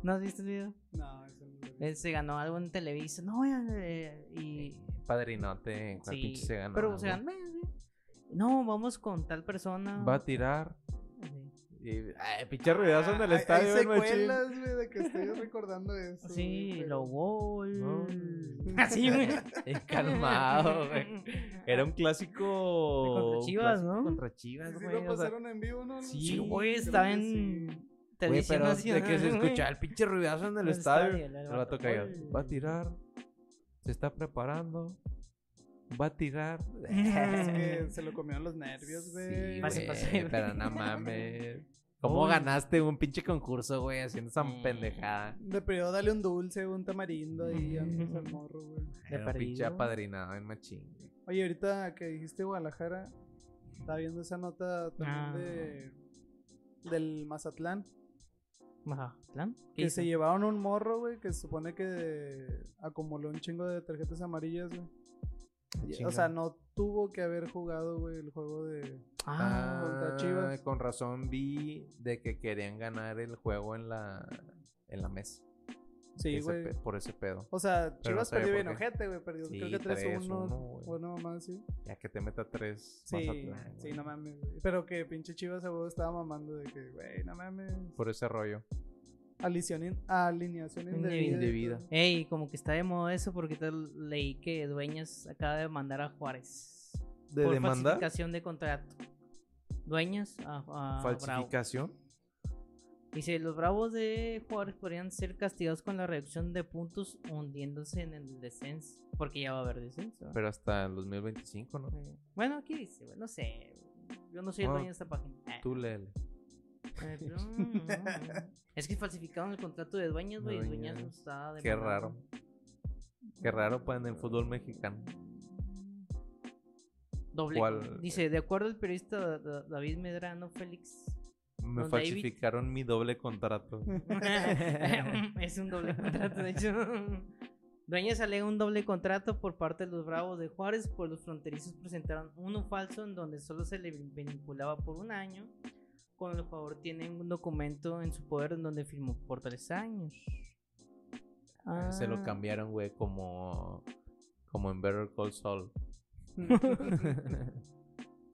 ¿No has visto el video?
No, ese no lo vi.
Él se ganó algo en Televisa. No, ya, eh, y.
Padrinote, cuál
Sí,
pinche se ganó.
pero
algo.
se ganó. eh, sí. No, vamos con tal persona.
Va a tirar.
Sí.
Y, ay, pinche ruidazo en el
Ah, hay-
estadio,
Hay
bien machín.
secuelas, güey, de que estoy recordando eso.
Sí,
güey, pero-
lo gol.
No.
Así, güey.
Eh, Calmado, güey. Era un clásico.
Contra
un
Chivas,
clásico
¿no?
Contra
Sí,
Chivas,
sí
güey.
lo
o sea,
pasaron en vivo, ¿no?
sí,
Sí, güey,
creo
estaba
que
en.
güey, Pues
Televisión
pero de
Nacional,
que se
güey.
escuchaba el pinche ruidazo en el
En el
estadio.
estadio,
El
el
vato
vato,
callado.
"Gol".
Va a tirar. Se está preparando. Va a tirar.
Es que se lo comieron los nervios, güey.
Sí,
Pase,
güey, eh,
pase.
pero no mames. ¿Cómo
Uy.
ganaste un pinche concurso, güey, haciendo esa
Mm.
pendejada?
De periodo dale un dulce, un tamarindo ahí antes al
Mm.
morro, güey.
De
Era un pinche
perdido.
apadrinado en machín.
Oye, ahorita que dijiste Guadalajara, estaba viendo esa nota también
Ah.
de del Mazatlán.
Mazatlán. ¿Qué
Que
hizo?
se llevaron un morro, güey, que se supone que acumuló un chingo de tarjetas amarillas, güey.
Ah, Chinga.
O sea, no tuvo que haber jugado, güey, el juego de...
Ah,
contra
Ah,
Chivas.
con razón vi de que querían ganar el juego en la, en la mesa.
Sí,
Ese
güey.
pe- por ese pedo.
O sea,
Pero no
Chivas
sabía
perdió
por
bien
qué.
ojete, güey. Perdió
Sí,
creo que
3-1,
3-1.
güey.
Bueno, mamá, sí.
Ya que te meta tres
Sí,
Mazatlán,
sí,
güey.
no mames. güey. Pero que pinche Chivas a huevo estaba mamando de que, güey, no mames.
Por ese rollo.
Alineación, in- alineación indebida.
Indebida.
y
Ey, como que está de moda eso porque tal leí que Dueñas acaba de mandar a Juárez.
¿De
por
demanda?
falsificación de contrato. Dueñas a, a Bravo.
¿Falsificación?
Dice, los bravos de Juárez podrían ser castigados con la reducción de puntos hundiéndose en el descenso. Porque ya va a haber descenso. ¿va?
Pero hasta el 2025, ¿no?
Eh, Bueno, aquí dice, güey, no sé. Yo no soy el
Bueno,
dueño de esta página. Eh,
Ah, Tú léele.
eh, pero, mm, es que falsificaron el contrato de dueñas, güey. y Dueñas
Dueñas.
está de
Qué raro. Qué raro, pues, en el fútbol mexicano.
Doble.
¿Cuál?
Dice, de acuerdo al periodista Da- Da- David Medrano Félix,
Me
Don David.
falsificaron mi doble contrato.
es un doble contrato, de hecho. Dueñas alega un doble contrato por parte de los Bravos de Juárez, pues los fronterizos presentaron uno falso en donde solo se le vinculaba por un año con el jugador tiene un documento en su poder en donde firmó por tres años.
Se lo
Ah.
cambiaron, güey, como, como en Better Call Saul.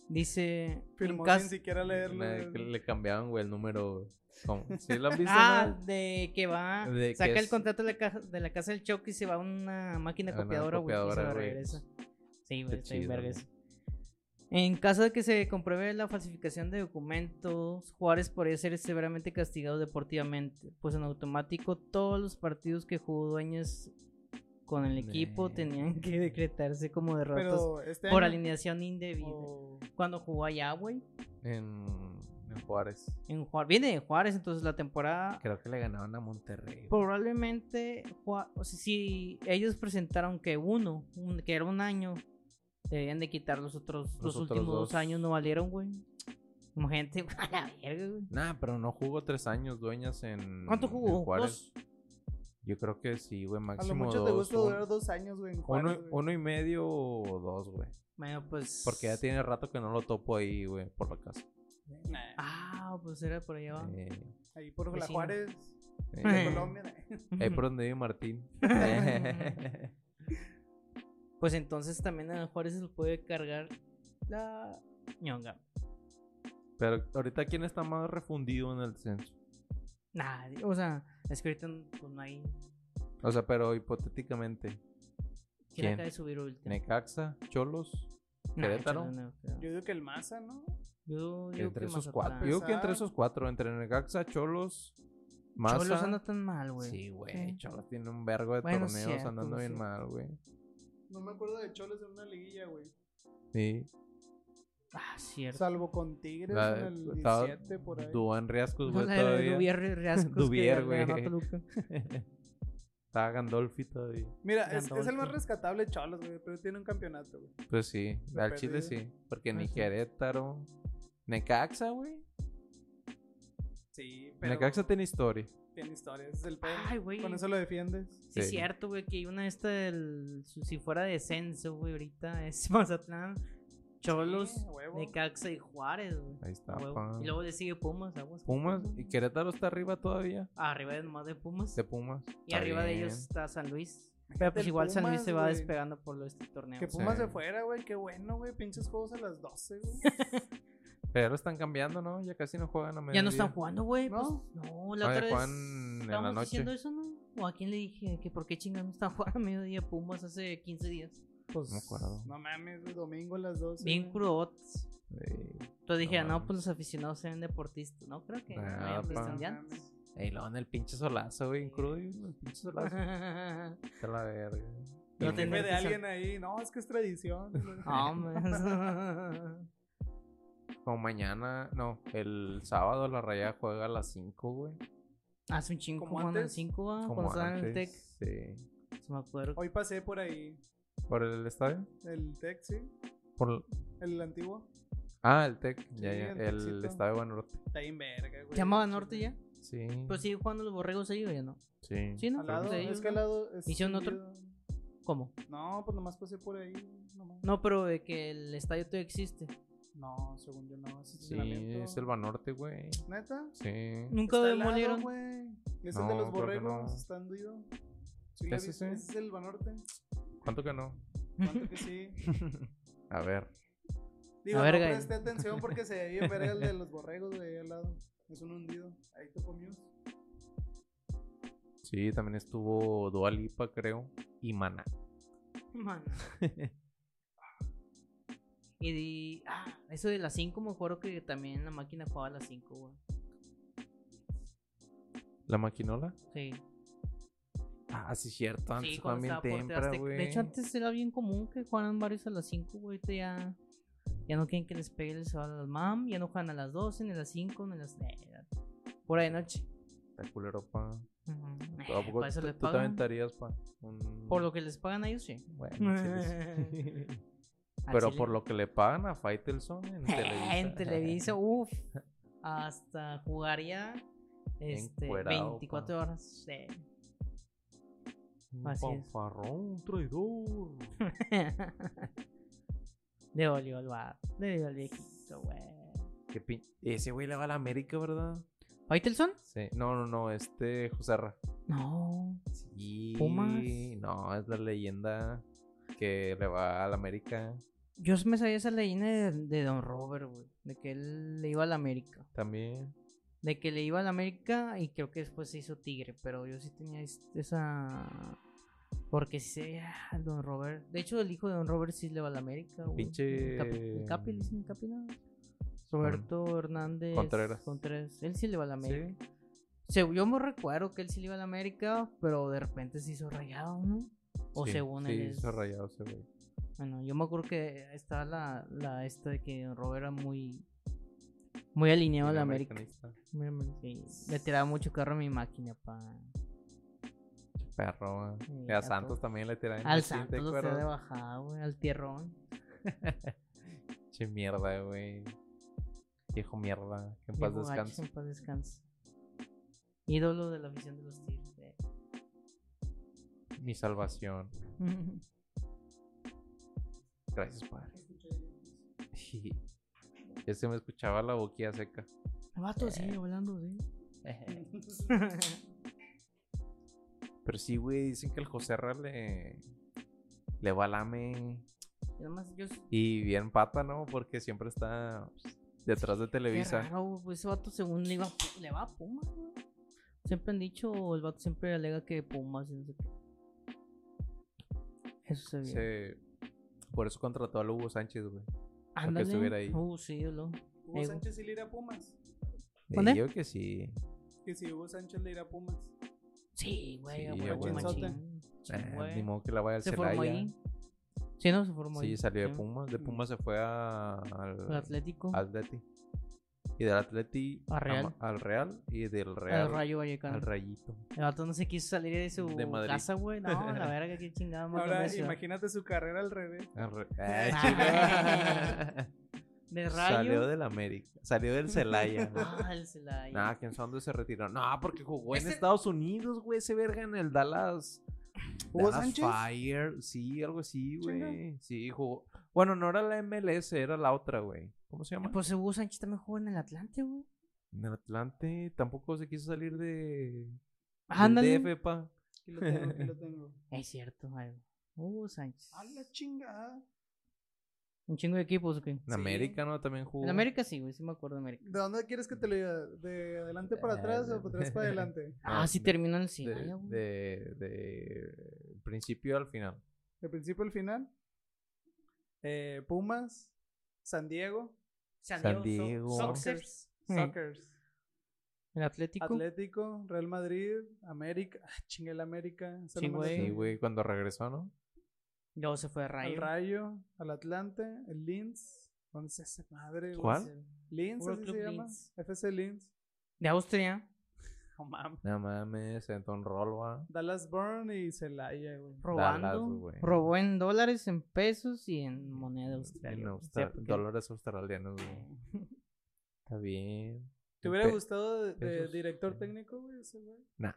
Dice.
Firmó
en cas-
sin siquiera leerlo.
Le,
güey.
le cambiaron, güey, el número. güey. ¿Cómo? ¿Sí lo han visto?
Ah,
no?
de que va.
De que
saca el
es-
contrato de la, caja- de la casa del Choc y se va a una máquina
A una
copiadora, güey. y se
copiadora,
la
güey.
regresa. Sí,
Qué
güey, está bien
chido,
verga
güey.
eso. En caso de que se compruebe la falsificación de documentos, Juárez podría ser severamente castigado deportivamente, pues en automático todos los partidos que jugó Dueñas con el equipo
Nah.
tenían que decretarse como derrotas
Pero este
por
año,
alineación indebida.
o-
Cuando jugó allá, güey,
En, en Juárez.
en Juárez, viene de Juárez, entonces la temporada
Creo que le ganaron a Monterrey. güey.
probablemente Jua- o sea, si ellos presentaron que uno, un- que era un año, debían de quitar los otros, los,
Los otros
últimos dos.
dos.
años no valieron, güey. Como gente, a la verga, güey.
Nah, pero no jugó tres años dueñas en.
¿Cuánto
en
jugó?
Juárez.
¿Dos?
Yo creo que sí, güey,
a lo
máximo
mucho
dos.
te gusta
un-
durar dos años, güey. en
uno,
Juárez, güey.
uno y medio o dos, güey.
Bueno, pues.
Porque ya tiene rato que no lo topo ahí, güey, por la casa.
Nah,
Ah, pues era por allá abajo.
Eh,
Ahí por la
vecino.
Juárez,
Eh.
eh,
Colombia.
ahí por donde vive Martín.
Pues entonces también a Juárez se lo puede cargar la ñonga.
Pero ahorita, ¿quién está más refundido en el censo?
Nah, o sea, es que ahorita no- pues, no hay.
O sea, pero hipotéticamente,
¿Quién,
¿Quién?
acaba de subir último?
Necaxa, Cholos,
Nah,
Querétaro.
chale, no creo.
Yo digo que el Maza, ¿no?
Yo digo
entre
que
esos
Mazatlán.
cuatro. Yo digo que entre esos cuatro, entre Necaxa, Cholos, Maza.
Cholos anda tan mal, güey.
Sí,
Sí.
güey, Cholos tiene un vergo de
Bueno,
torneos
cierto,
andando bien
cierto.
mal, güey.
No me acuerdo de Cholos en una liguilla, güey.
Sí.
Ah, cierto.
Salvo con Tigres
La-
en el
estaba
17 por ahí.
Duván Riascos, pues, güey,
la de
todavía.
Dubier y Riascos que
Dubier,
le ganó a
güey.
Toluca.
Estaba Gandolfi todavía.
Mira, es, es el
Gandolfi.
más rescatable Cholos, güey, pero tiene un campeonato, güey.
Pues sí,
De
al Chile
perdida.
sí. Porque ni
Ah, sí.
Querétaro. Necaxa, güey.
Sí, pero
Necaxa tiene historia.
tiene historias. Es el pedo.
Ay, güey.
Con eso lo defiendes.
Sí,
Sí.
cierto, güey, que una esta del... Si fuera descenso, güey, ahorita es Mazatlán, Cholos,
Sí, Eh, a huevo.
Necaxa y Juárez, güey.
Ahí está.
A huevo.
pa.
Y luego le sigue Pumas, aguas.
Pumas. Y Querétaro está arriba todavía.
Arriba de más de Pumas.
De Pumas.
Y arriba de ellos está San Luis. Pero pues
el
igual San Luis
Pumas,
se va
güey.
despegando por lo de este torneo.
Que
güey.
Pumas
Sí.
se fuera, güey. Qué bueno, güey. Pinches juegos a las 12, güey.
Pero ya lo están cambiando, ¿no? Ya casi no juegan a mediodía.
Ya no están jugando, güey. pues,
¿No?
No, la
No, ya
otra vez.
juegan en la
estábamos
noche.
diciendo eso, ¿no? ¿O a quién le dije que por qué chingados no están jugando a mediodía Pumas hace 15 días?
Pues,
No me acuerdo.
No mames, güey, domingo a las 12.
Bien
güey.
crudots.
Eh,
Entonces dije,
No
ah, no,
mames.
pues los aficionados se ven deportistas. No creo que. no,
Nah,
ya, pues,
pa.
están
No
ya.
mames.
Y luego en el pinche solazo, güey. en Crudo, y el pinche solazo. Está la
Lo
verga. Y-
Jefe
tenía-
de alguien ahí. No, es que es tradición. güey.
No, mames.
Como mañana, no, el sábado la raya juega a las 5, güey.
Hace un chingo
Como
cuando el
antes.
5 va,
Como
cuando estaban en Ah, el TEC.
antes, Sí.
Se me acuerdo.
Hoy pasé por ahí.
¿Por el estadio?
El Tec, sí.
Por...
El antiguo.
Ah, el TEC. ya,
Sí,
ya.
el
El
Tecito.
estadio Banorte.
Está bien verga, güey.
¿Llamaba Norte ya?
Sí.
Pues sigue jugando los borregos ahí o ya no.
Sí.
Sí, ¿no?
Al lado,
Sí,
es
¿no?
que al lado. es
¿Hicieron otro?
hundido.
¿Cómo?
No, pues nomás pasé por ahí. Nomás.
No, pero de que el estadio todavía existe.
No, según yo no. Es
Sí,
estacionamiento.
es el Banorte, güey.
¿Neta?
Sí.
Nunca
Está al lado,
demolieron.
güey. Es
No,
el de los
creo que
borregos.
no.
Está hundido. Sí, lo he
¿Ese
visto.
sí?
Ese es el Banorte.
¿Cuánto que no?
¿Cuánto que sí?
A ver.
Digo,
A eh. ver,
no
Gael.
preste atención porque se ve bien verga el de los borregos, güey, ahí al lado. Es un hundido. Ahí te comió.
Sí, también estuvo Dualipa, creo. Y Maná.
Mano. y di- ah, eso de las 5 me acuerdo que también la máquina jugaba a las 5, güey.
¿La maquinola?
Sí.
Ah, sí, cierto. Antes
sí,
jugaban bien
por
temprano,
Tebasteca.
güey.
De hecho, antes era bien común que jugaran varios a las 5, güey. Ahorita ya, ya no quieren que les pegue el sol al mam. Ya no juegan a las 12, ni a las 5, ni a las. eh, Por ahí de noche.
Está culero, pa.
Ujú. Eh,
¿A poco
para eso
tú-
les
tú te
pagan.
aventarías, pa? Un-
Por lo que les pagan a ellos, sí.
Bueno, chile, sí. Pero por lo que le pagan a Faitelson en Televisa.
en Televisa, uff. Hasta jugaría este,
Encuerado,
24 horas. sí.
un
Así es.
fanfarrón, un traidor.
Le dolió el bar. Le dolió el viejito, güey.
Qué pin- Ese güey le va a la América, ¿verdad?
¿Faitelson?
Sí. No, no, no, este Josarra.
No.
Sí.
Pumas.
No, es la leyenda que le va a la América
Yo me sabía esa leyenda de, de Don Robert, güey. De que él le iba a la América.
también.
De que le iba a la América y creo que después se hizo Tigre. Pero yo sí tenía es- esa. Porque sí se veía al Don Robert. De hecho, el hijo de Don Robert sí le va a la América, güey.
Pinche-
El Capi, el Capi, le dicen el Capi, ¿no? Roberto Hernández.
Contreras.
Contreras. Él sí le va a la América.
Sí.
Según- yo me recuerdo que él sí le iba a la América, pero de repente se hizo rayado, ¿no? O
Sí,
según él.
Sí,
es-
hizo rayado ese güey.
Bueno, yo me acuerdo que estaba la, la esta de que Robert era muy. Muy alineado a
Era
la América.
americanista.
Muy americanista. Y Le tiraba mucho carro a mi máquina, pa.
Perro, güey.
Sí,
Y a
a
Santos
todos.
también le tiraban.
Al
el chiste, ¿te
Santos lo
acuerdas?
de bajada, güey. Al tierrón.
Che mierda, güey. Viejo mierda. Que en paz
Diego H,
descanse.
En paz descanse. Ídolo de la afición de los Tigres. eh.
Mi salvación. Gracias, padre. Ya se me escuchaba la boquilla seca.
El vato sigue hablando, sí.
Pero sí, güey, dicen que el José Ra le, le va al AME
Y además, yo.
y bien pata, ¿no? Porque siempre está pues, detrás de
Qué
Televisa.
raro, güey, pues ese vato según le, iba a Pu- le va a Pumas, güey. Siempre han dicho, el vato siempre alega que Pumas y no sé qué. Eso se ve.
Se- por eso contrató a Hugo Sánchez, güey.
Ándale.
estuviera ahí.
Uh, sí, lo.
Hugo
Ey,
Sánchez sí le irá a Pumas.
¿Dónde?
Y yo que sí.
Que si Hugo Sánchez le irá a Pumas.
Sí, güey,
Sí,
a
a
huevo,
huevo.
machín. Sí,
Eh,
güey.
ni modo que la vaya al
Se formó
Celaya.
ahí. Sí, no, se formó ahí.
Sí, salió de
sí.
Pumas. De Pumas se fue a-
Al
al
Atlético. Al,
Atleti. Y del Atleti
A Real.
ma- al Real y del Real
Rayo Vallecano.
al Rayito.
El vato no se quiso salir de su
De Madrid.
casa, güey. No, la verga, qué chingada más
Ahora
necio.
imagínate su carrera al revés.
Al Re- eh,
Ah.
Ah, chico.
De Rayo.
Salió del América. Salió del Celaya. ¿no?
Ah, el Celaya.
Nah, quién sabe dónde se retiró. No, porque jugó en
Ese-
Estados Unidos, güey. Ese verga en el Dallas.
¿Hugo
Dallas
Sánchez?
Fire. Sí, algo así, güey. Sí, jugó. Bueno, no era la MLS, era la otra, güey. ¿Cómo se llama?
Pues Hugo Sánchez también jugó en el Atlante, güey.
En el Atlante. Tampoco se quiso salir de.
Ándale.
Del DF, pa.
Aquí lo tengo, aquí lo tengo.
Es cierto, algo. Hugo Sánchez.
A la chingada.
Un chingo de equipos, güey.
En
Sí.
América, ¿no? También jugó.
En América sí, güey, sí me acuerdo de América.
¿De dónde quieres que te lo diga? ¿De adelante para
Eh,
atrás o para atrás para adelante?
Ah,
Ah, sí
de-
terminó en el
De,
Celaya, güey.
de- de principio al final.
¿De principio al final? Eh, Pumas, San Diego,
San Diego.
Soxers. Sí.
Sockers,
El Atlético.
Atlético, Real Madrid, América, ah, chinga el América, esa
Sí,
no me la
güey.
sé.
Sí, güey, cuando regresó, ¿no?
Luego se fue a
Al
Rayo.
Rayo, al Atlante, el Linz, ¿dónde se hace madre? güey?
¿Cuál?
Linz,
Puro
así se
club
llama,
Linz.
FC Linz,
De Austria.
no mames.
No mames, Anton Rolva.
Dallas Burn y Celaya, güey.
Robando.
güey.
robó en dólares, en pesos y en moneda
En
australiana.
austra-
O sea, porque- Eh.
dólares australianos, güey. Está bien.
¿Te
En
hubiera
pe-
gustado de, de
pesos,
director
Mm.
sí.
técnico, güey, ese güey?
Nah.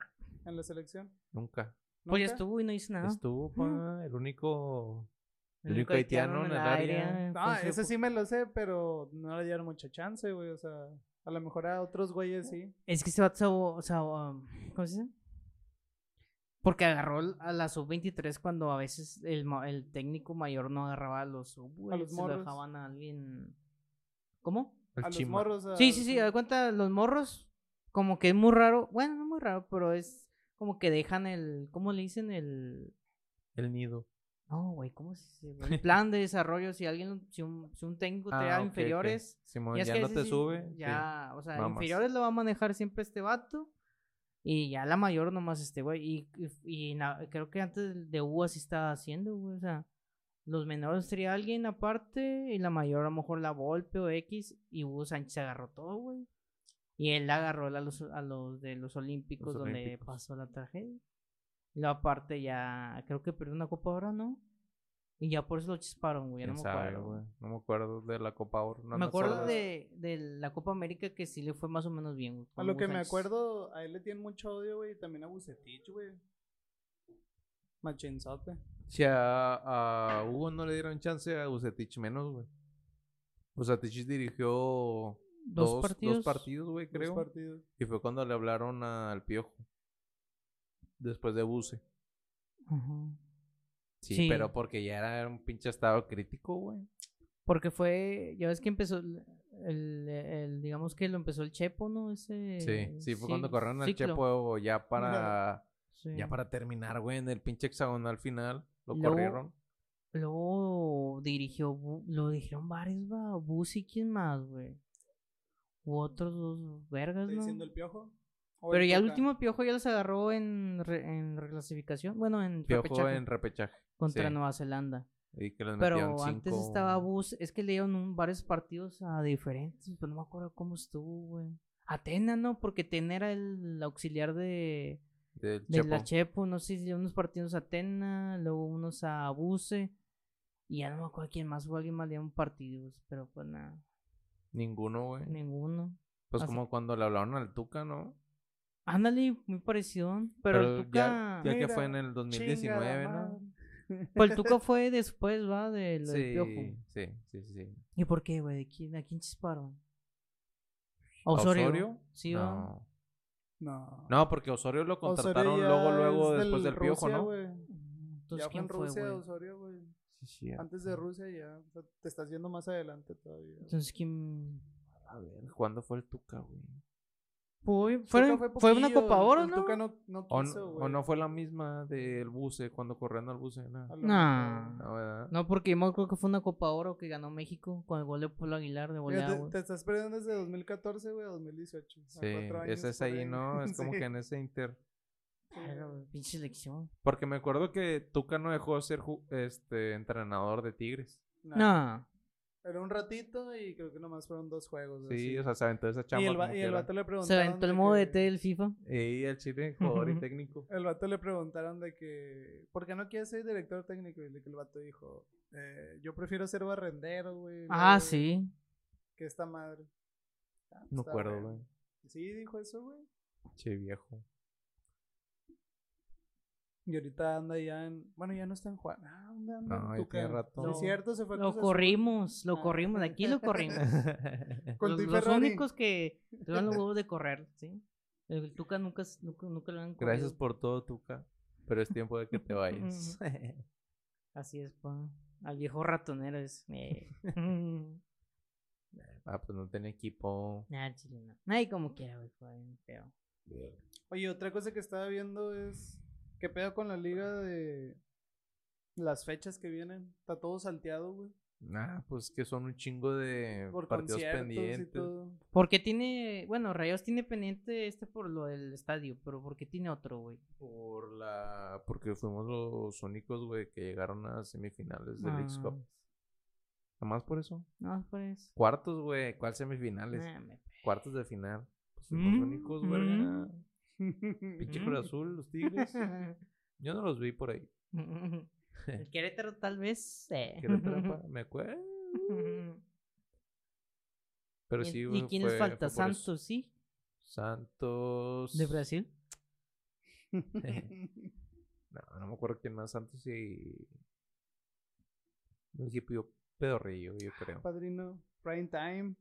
¿En la selección?
Nunca.
Pues ya
¿Nunca?
estuvo y no hizo nada.
Estuvo, pa, el único. El único haitiano en el área.
Ah,
pues,
ese sí me lo sé, pero no le dieron mucha chance, güey. O sea, a lo mejor a otros güeyes sí.
pues, Es que se va o sea, um, ¿cómo se dice? Porque agarró l- a la sub-23 cuando a veces el, ma- el técnico mayor no agarraba a los sub, güey,
A los
se lo
morros.
dejaban a alguien... ¿Cómo?
El
a los
Chima.
morros. a-
Sí, sí, sí, da cuenta, los morros como que es muy raro, bueno, no muy raro, pero es como que dejan el, ¿cómo le dicen? El...
El nido.
No, güey, ¿cómo se dice? güey? El plan de desarrollo, si alguien, si un, si un técnico te da
Ah, ok, ok.
inferiores...
Simón,
Y
ya,
es que
no
ese
te
sí,
sube. sí.
Ya, o sea,
mamas.
inferiores lo va a manejar siempre este vato. Y ya la mayor nomás este güey. Y, y- y na- creo que antes de U así estaba haciendo, güey. O sea, los menores sería alguien aparte. Y la mayor a lo mejor la Volpe o X. Y Hugo Sánchez se agarró todo, güey. Y él agarró a los, a los de los Olímpicos
Los
donde
Olímpicos.
pasó la tragedia. Y luego aparte ya, creo que perdió una copa ahora, ¿no? Y ya por eso lo chisparon, güey. Ya no
Quién
me
sabe,
acuerdo.
güey. No me acuerdo de la Copa Oro. no
me acuerdo
acuerdo.
de, de la Copa América que sí le fue más o menos bien. güey,
A
con
lo
Hugo
que me
Sánchez.
acuerdo, a él le tienen mucho odio, güey. Y también a Bucetich, güey. Machinzote.
Si a, a Hugo no le dieron chance, a Bucetich menos, güey. Bucetich dirigió
Dos, partidos.
Dos partidos, güey, creo.
Dos partidos.
Y fue cuando le hablaron al Piojo. Después de Buse.
Ajá.
Sí,
Sí.
pero porque ya era un pinche estado crítico, güey.
Porque fue, ya ves que empezó el, el- el- digamos que lo empezó el Chepo, ¿no? Ese
Sí, sí, fue cuando
ci-
corrieron al
Eh, ciclo.
Chepo ya para
Sí.
ya para terminar, güey, en el pinche hexagonal final. Lo
Luego-
corrieron.
Luego dirigió, Bu- lo dijeron varios, va, Busi, ¿quién más, güey? U otros dos vergas,
¿Está
¿no?
diciendo el piojo? ¿O
Pero ya el
Tuca?
último Piojo ya los agarró en, re- en reclasificación, bueno, en
Piojo
repechaje
en repechaje.
contra
sí.
Nueva Zelanda.
Y que les metieron
Pero antes
cinco-
estaba Bus, es que le dieron un- varios partidos a diferentes, pero no me acuerdo cómo estuvo, güey. Atena, ¿no? Porque Atena era el auxiliar de,
del
de
Chepo.
la Chepo, no sé si unos partidos a Atena, luego unos a Buse, y ya no me acuerdo quién más, o alguien más le dieron partidos, pero pues nada,
Ninguno, güey.
ninguno.
Pues
Así-
como cuando le hablaron al Tuca, ¿no?
Ándale, muy parecido, pero, el
ya,
Tuca,
ya que
Mira,
fue en el 2019,
Chingada
¿no?
madre.
pues el Tuca fue después, va, de lo del Piojo.
Sí, sí, sí, sí, sí.
¿Y por qué, güey? ¿De quién, ¿A quién chisparon? ¿A
¿A
Osorio?
Osorio?
Sí, va.
no.
No.
No, porque Osorio lo
Osorio
contrataron
ya
luego, luego,
es
después del piojo,
Rusia,
¿no?
güey.
Mm, Entonces,
ya fue
¿quién
en
fue,
Rusia,
güey?
Osorio, güey.
Sí, sí.
Antes de Rusia ya. O sea, te estás yendo más adelante todavía.
Entonces, ¿quién...?
A ver, ¿cuándo fue el Tuca, güey?
Fue,
Tuca
fueron-
fue
fue una
poquillo,
Copa
el-
Oro,
el
¿no?
Tuca no, no
¿O,
quiso,
no- o
güey.
no fue la misma del buce, cuando corriendo al buce? Nada.
A lo
Nah.
mejor.
No, ¿verdad?
No, porque yo me acuerdo que fue una Copa Oro que ganó México con el gol de Pablo Aguilar de
Mira,
volea,
te,
güey.
te estás perdiendo desde 2014, güey, a 2018. a
Sí,
cuatro años
ese es
por
ahí, ¿no? Es como
Sí.
que en ese inter.
Claro, Pinche selección.
Porque me acuerdo que Tuca no dejó de ser ju- este, entrenador de Tigres.
Nah.
Nah.
Era un ratito y creo que nomás fueron dos juegos.
Sí,
Pues así.
o sea, se aventó esa chamba.
y el, va-
como
y
que
el
era.
vato le
Se
preguntaron.
aventó el
de
modo
que-
de T del FIFA.
Y el chile, jugador y técnico.
El vato le preguntaron de que, ¿por qué no quieres ser director técnico? Y de que el vato dijo, eh, yo prefiero ser barrendero, güey.
Ah,
luego
sí.
Que esta madre. Ah,
No
está
acuerdo,
bueno.
güey.
Sí, dijo eso, güey.
Che, viejo.
Y ahorita anda ya en, bueno, ya no está en Juan. Ah, ¿dónde anda?
No,
en
ya
Tuca?
tiene rato.
Sí, es cierto, se fue a
Lo
Cruz Azul.
corrimos, lo
Ah.
corrimos, de aquí lo corrimos.
Con
los
tu y
los
Ferrari.
únicos que tuvieron los huevos de correr, ¿sí? El Tuca nunca, nunca, nunca lo han corrido.
Gracias por todo, Tuca. Pero es tiempo de que te vayas.
Así es, pa. Al viejo ratonero es. eh.
ah, pues no tenía equipo.
Nah, al chile no. Nadie como quiera, güey. fue bien feo.
Oye, otra cosa que estaba viendo es, ¿qué pedo con la liga de las fechas que vienen? Está todo salteado, güey.
Nah, pues que son un chingo de
Por
partidos
conciertos y
pendientes.
todo.
Porque tiene. Bueno, Rayos tiene pendiente este por lo del estadio, pero porque tiene otro, güey?
Por la... Porque fuimos los únicos, güey, que llegaron a semifinales del
Ah.
X Cup. Nomás por eso.
No, pues.
Cuartos, güey. ¿Cuál semifinales?
nah, me-
Cuartos de final. Pues fuimos los
Mm,
únicos,
mm.
verga. Pinche
Mm.
Cruz Azul, los Tigres. Yo no los vi por ahí.
El Querétaro tal vez. eh.
Querétaro, pa- me acuerdo. Pero
¿Y-
sí,
¿Y
güey,
quién les
fue-
falta?
fue por eso.
Santos, ¿sí?
Santos.
¿De Brasil?
No, no me acuerdo quién más. Santos y. Un equipo pedorrillo, yo creo.
Ah,
Padrino, Prime Time,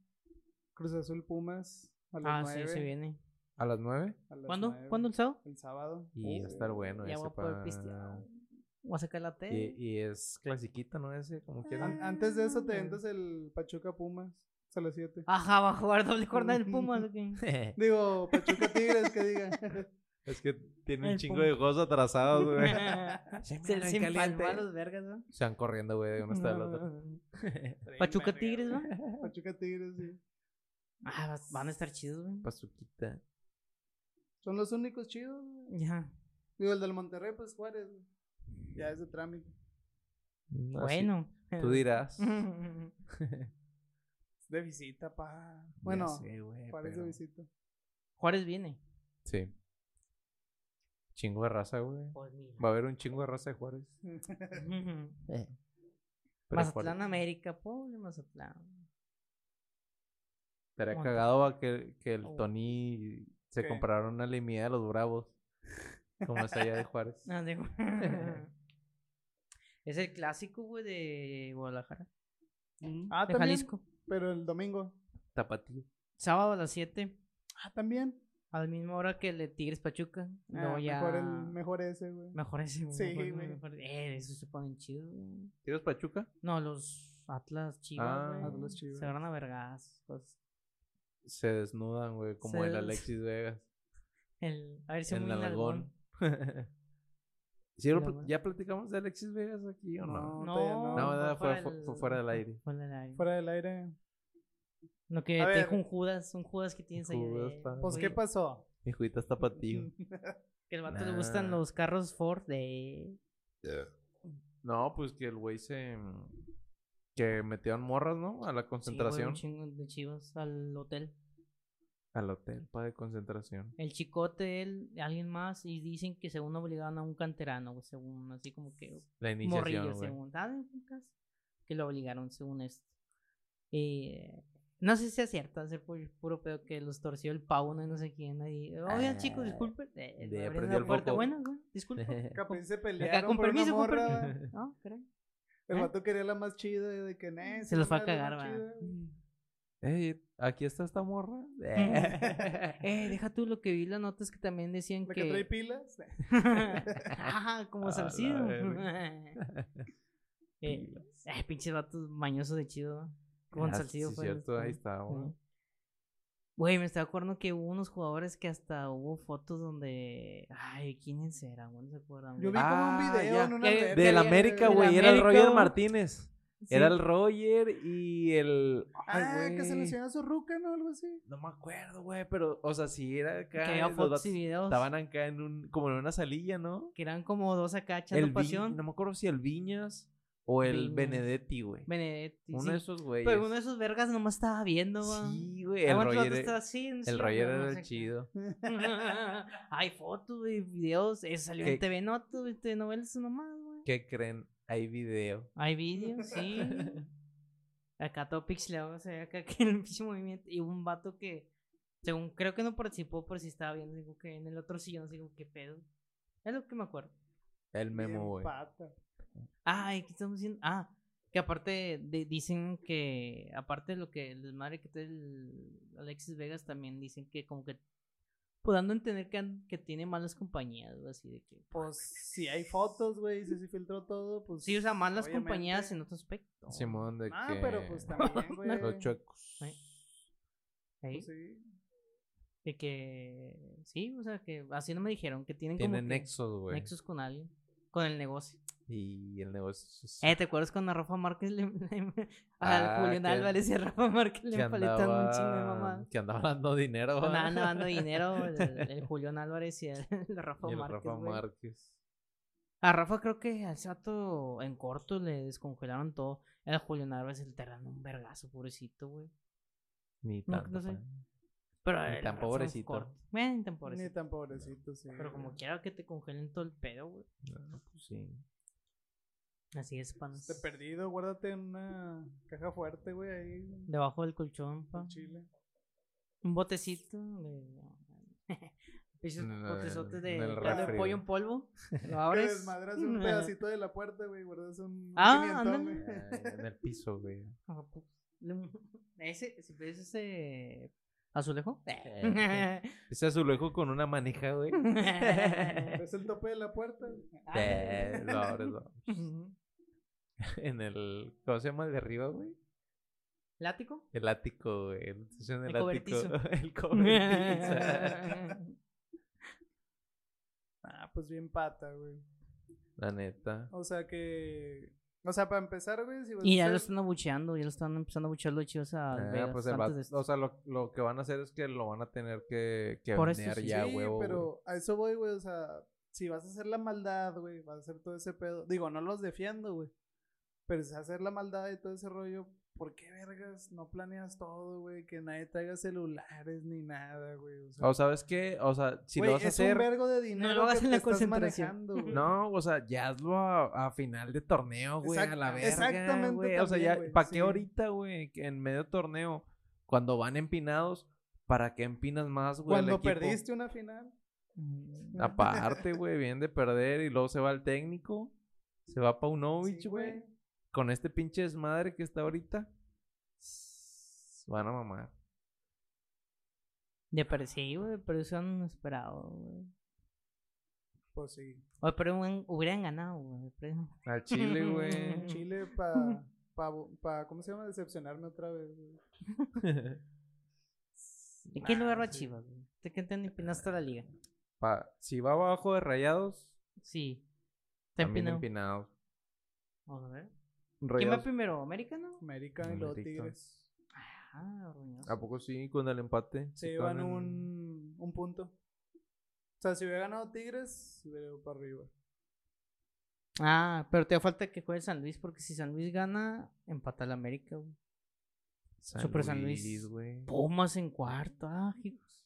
Cruz Azul Pumas, a las
Ah,
nueve,
sí, se viene.
A las 9
a las
¿Cuándo?
nueve,
¿Cuándo el sábado?
El sábado.
y va a estar bueno.
uh, ya
ese
voy a poder
pa-
pistear. Voy a sacar la T.
Y, y es clasiquita, ¿no? Ese, como
An-
Ah.
quieran.
antes de eso te ventas el Pachuca Pumas, a las 7.
Ajá, va a jugar doble jornada el Pumas. ¿o qué?
Digo, Pachuca Tigres, que diga.
es que tiene
El
un chingo
pum.
de juegos atrasados, güey.
Se, se empalmó a los vergas, ¿no?
Se van corriendo, güey, de uno hasta el otro.
Mm. Pachuca Tigres, ¿no?
Pachuca Tigres, sí.
Ah, vas- van a estar chidos, güey.
Pues, Pazuquita.
Son los únicos chidos. güey.
Ya.
Digo, el del Monterrey, pues Juárez. güey. Ya es de trámite.
No, sí,
Bueno.
Tú dirás. Ya
Es de visita, pa. Bueno,
sé, güey,
Juárez
pero-
de visita.
Juárez viene.
Sí. Chingo de raza, güey.
Pues mira.
Va a haber un chingo de raza de Juárez.
Eh,
Pero
Mazatlán
Juárez-
América, pobre Mazatlán.
Estaría
Monterrey.
cagado a que, que el
Oh.
Tony se
¿Qué?
comprara una limida de los bravos. Como es allá de Juárez.
Ah, de- es el clásico, güey, de Guadalajara.
Ah,
de
también.
Jalisco.
Pero el domingo.
Tapatío.
Sábado a las 7,
Ah, también.
a la misma hora que le Tigres Pachuca.
Ah,
no, ya.
mejor, el, mejor ese, güey.
Mejor ese, güey.
Sí,
mejor-
güey.
mejor- Eh, eso se ponen chidos, güey.
¿Tienes Pachuca?
No, los Atlas Chivas.
Ah.
güey,
Atlas Chivas.
Se agarran a vergas. pues,
Se desnudan, güey, como
Se
el
des-
Alexis Vegas.
el, a ver si
El
muy
nalgón.
nalgón.
Sí, lo
La
pl-
verdad.
¿Ya platicamos de Alexis Vegas aquí o no?
No,
No,
todavía no.
No, ¿verdad? Fue-
fuera
fue- fue fuera del aire.
Fuera del aire.
Fuera del aire.
No, que
A
te
ver.
dijo un Judas, un Judas que tienes ahí.
Judas,
de-
pa.
Pues,
Oye,
¿qué pasó?
Mi juguita está para ti.
Que el vato le gustan
Nah.
los carros Ford de...
No, pues que el güey se... Que metieron morras, ¿no?
Sí,
A la
güey, un
concentración.
chingo de chivas al hotel.
Al hotel, para de concentración.
El chicote, él, alguien más, y dicen que según obligaban a un canterano, güey, según así como que
La iniciación,
morrillo,
güey.
según. Ah, en un caso, Que lo obligaron, según esto. Eh, no sé si es cierto, hace pu- puro pedo que los torció el pavo, no, no sé quién. Ahí. Oigan, chicos,
Ah,
disculpen. Eh,
le
abrieron
prendió
la
el
puerta.
foco.
Bueno, güey, disculpen.
Capaz pues, se
Acá,
pelearon
con
por una
permiso, con
morra.
permiso.
güey.
No, caray.
El
¿Eh?
vato quería la más chida y de que "Nah,
Se
esa
los va a
madre es la
cagar,
más
va. Mm.
chida, güey".
Ey, aquí está esta morra.
Eh, deja tú lo que vi las notas que también decían
La
que.
que trae pilas.
Ajá, como
A la
Salcido.
verga.
eh, ay, pinches vatos mañosos de chido. ¿no? Con
Ah,
Salcido
sí,
fue. este,
cierto, ahí
nuestro-
está, güey.
Sí. Güey, me estaba acordando que hubo unos jugadores que hasta hubo fotos donde. Ay, ¿quiénes eran? güey? No se acuerdan.
Yo vi
güey.
Ah,
como un video
ya.
en una
Eh,
alberca,
Del
güey.
América,
Del
güey. Era el
América,
Roger
güey.
Martínez.
Sí.
Era el Roger y el. Ay,
Ah, que
güey.
se lesionó su ruca, ¿no? Algo así.
No me acuerdo, güey, pero, o sea, si era
Que
acá.
había
los
fotos
vatos
y videos.
Estaban acá en un, como en una salilla, ¿no?
Que eran como dos acá echando
El Vi-
pasión.
no me acuerdo si el Viñas o el
Viñas.
Benedetti, güey.
Benedetti.
Uno
sí.
de esos güeyes.
Pero uno de esos vergas nomás estaba viendo, va.
Sí, güey.
Ah,
El
bueno,
Roger, e,
vato estaba
el
así, no sé,
Roger
no
era
sé
el
qué.
chido.
Hay fotos, güey, videos. Eso salió
¿Qué?
en TV Notas, güey, TV Novelas nomás, güey.
¿Qué creen? Hay video.
Hay videos, sí. Acá todo pixelado, se ve acá que el pinche movimiento. Y hubo un vato que, según creo que no participó, pero sí estaba viendo, digo que en el otro sillón, digo, qué pedo. Es lo que me acuerdo.
El
Bien
memo, güey.
pata.
Ay, ¿qué estamos diciendo? Ah, que aparte de- dicen que, aparte de lo que el desmadre que trae el Alexis Vegas, también dicen que como que, pues dando a entender que, an- que tiene malas compañías, güey, así de que.
Pues si hay fotos, güey, si se filtró todo, pues.
Sí, o sea, malas
obviamente.
compañías en otro aspecto.
Simón de
Ah,
que.
pero pues también, güey.
Los chuecos.
Ay. Ey,
Pues, sí.
De que, sí, o sea, que así no me dijeron, que tienen como
Tienen
que
nexos, güey.
nexos con alguien, con el negocio.
Y el negocio. es-
Eh, ¿te acuerdas cuando a Rafa Márquez le, le-
Ah,
al Julián
que-
Álvarez y a Rafa Márquez le
que
empaletan un chingo de
andaba,
mamá?
que andaba dando dinero. güey.
Andaban dando dinero el, el Julián Álvarez y el, el Rafa
Y el
Márquez.
Rafa
güey.
Márquez.
A Rafa creo que al sato en corto le descongelaron todo. El Julián Álvarez el terreno un vergazo, pobrecito, güey.
Ni
No,
tanto. ¿eh?
no sé.
pa-
Pero
Ni
el
tan
Rafa en
pobrecito.
corto. Eh, ni tan
Ni
pobrecito.
tan pobrecito, sí.
Pero como quiera que te congelen todo el pedo, güey.
No, pues sí.
Así es, panas.
Te Este perdido, guárdate en una caja fuerte, güey, ahí. en
Debajo del colchón, pa.
Chile.
Un botecito de. Esos
En el-
botezotes de
en el
caldo de pollo
refri, güey.
en polvo. Lo
Te
abres.
desmadras un
Mm.
pedacito de la puerta, güey, guardas un
Ah,
quinientón,
ándale.
güey.
Ah, En el piso, güey.
Ah, pues, le- Ese, si ves ese azulejo.
Eh. Ese azulejo con una manija, güey.
Es el tope de la puerta. güey.
Eh, lo abres, lo-
Ujú.
En el. ¿Cómo se llama el de arriba, güey?
¿Látigo?
El ático, güey. El, es en el
El
ático.
cobertizo.
El cobertizo.
Ah, pues bien pata, güey.
La neta.
O sea que. O sea, para empezar, güey, si vas
y
a
ya lo
hacer-
están abucheando, ya lo están empezando a abuchear los chivos a
Ah,
Vegas
pues el
antes
vato-
de esto.
o sea, lo, lo que van a hacer es que lo van a tener que, que
Por eso
banear
sí.
ya,
sí,
huevo. güey.
pero a eso voy, güey. O sea, si vas a hacer la maldad, güey, vas a hacer todo ese pedo. Digo, no los defiendo, güey. Pero si vas a hacer la maldad y todo ese rollo, ¿por qué vergas no planeas todo, güey? Que nadie traiga celulares ni nada, güey. O sea,
O sabes qué, o sea, si
güey,
lo vas a
es un
hacer,
vergo de dinero
lo hagas en
que te
la
estás
concentración.
manejando, güey.
no, o sea, ya hazlo a, a final de torneo, güey, a
Exact-
la verga,
exactamente
güey. O sea,
también,
ya,
güey,
¿para
sí.
qué ahorita, güey? que En medio torneo, cuando van empinados, ¿para qué empinas más, güey? al
Cuando
equipo?
perdiste una final.
Mm,
Aparte, güey, vienen de perder y luego se va el técnico, se va Paunovic,
Sí,
güey. Con este pinche desmadre que está ahorita, van a mamar.
De pero sí, güey, pero eso no esperaba, güey.
Pues sí.
Oye, pero hubieran- hubieran ganado, güey. pero-
Al chile,
En
Mm.
güey.
Chile para. Pa, pa, ¿Cómo se llama? Decepcionarme otra vez, güey.
¿En qué lugar va
sí.
Chivas, güey? ¿Te qué te empinaste a la liga?
Pa- si va abajo de rayados,
Sí. Te
también
empinó.
Pues empinado.
Vamos a ver. ¿Quién va
Rayados,
primero? ¿Americano?
América y
América.
los Tigres.
Ah, ruñoso.
¿A poco sí? Con el empate.
Se
Sí
llevan
estaban en-
un, un punto. O sea, si hubiera ganado Tigres, hubiera ido para arriba.
Ah, pero te da falta que juegue San Luis, porque si San Luis gana, empata el América, güey.
San
Super San Luis.
güey.
Pumas en cuarto, ah, hijos.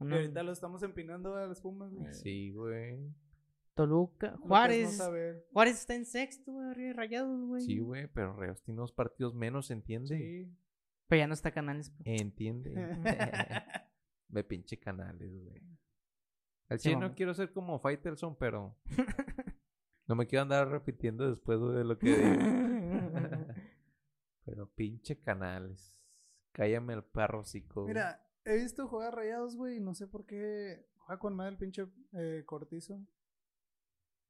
Y
Una-
ahorita lo estamos empinando a las Pumas. güey.
Mm. Sí, güey.
Toluca.
Lo que es no
Juárez.
saber.
Juárez está en sexto, güey, arriba de rayados, güey.
Sí, güey, pero Rayados tiene unos partidos menos, ¿entiende?
Sí.
Pero ya no está Canales. pues.
Entiende. Me pinche canales, güey. Al
Sí,
chile
mamá.
no quiero ser como Faitelson, pero no me quiero andar repitiendo después güey, de lo que digo. pero pinche canales. Cállame el perro, hocico. güey.
Mira, he visto jugar rayados, güey, y no sé por qué juega con madre el pinche eh, cortizo.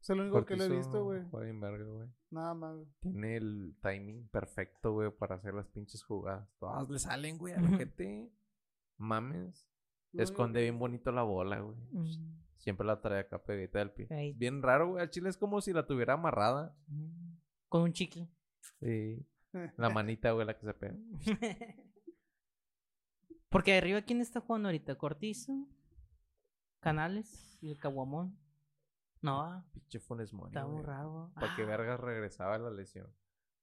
Es lo único que lo he
Cortizo
visto, güey.
juega bien verga, güey.
Nada más. güey.
Tiene el timing perfecto, güey, para hacer las pinches jugadas. Todas le salen, güey, a la gente. Mames.
Lo
Esconde
único
bien bonito la bola, güey.
Mm,
Siempre la trae acá pegadita del pie.
Ey.
Bien raro, güey. Al chile es como si la tuviera amarrada.
mm. Con un chicle.
Sí. La manita, güey, la que se pega.
Porque de arriba, ¿quién está jugando ahorita? Cortizo, Canales y el Caguamón. No, ah,
Pinche Funes Mori,
está
güey.
borrado.
Para que
Ah,
vergas regresaba la lesión.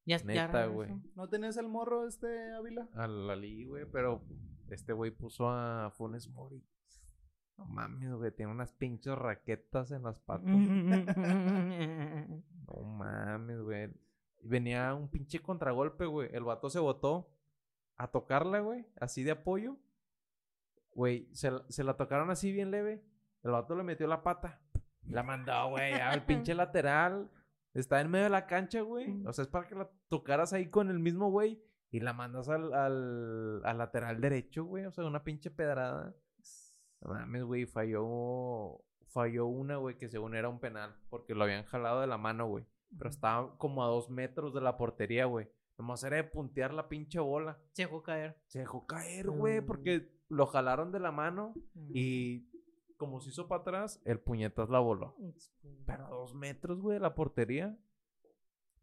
ya, ya
neta,
regresó.
güey.
que- ¿No tenías el morro este, Ávila?
A la Lili, güey, pero este güey puso a Funes Mori. No mames, güey, tiene unas pinches raquetas en las patas. No mames, güey. Venía un pinche contragolpe, güey. El vato se botó a tocarla, güey. Así de apoyo. Güey, se, la- se la tocaron así bien leve. El vato le metió la pata. La mandó, güey, al pinche lateral. Está en medio de la cancha, güey. O sea, es para que la tocaras ahí con el mismo güey. Y la mandas al, al, al lateral derecho, güey. O sea, una pinche pedrada. No mames, güey. Falló, falló una, güey, que según era un penal. Porque lo habían jalado de la mano, güey. Pero estaba como a dos metros de la portería, güey. Nomás era de puntear la pinche bola.
Se dejó caer.
Se dejó caer, güey,
Mm.
porque lo jalaron de la mano y como se hizo para atrás, el puñetazo la voló. Pero a dos metros, güey, de la portería.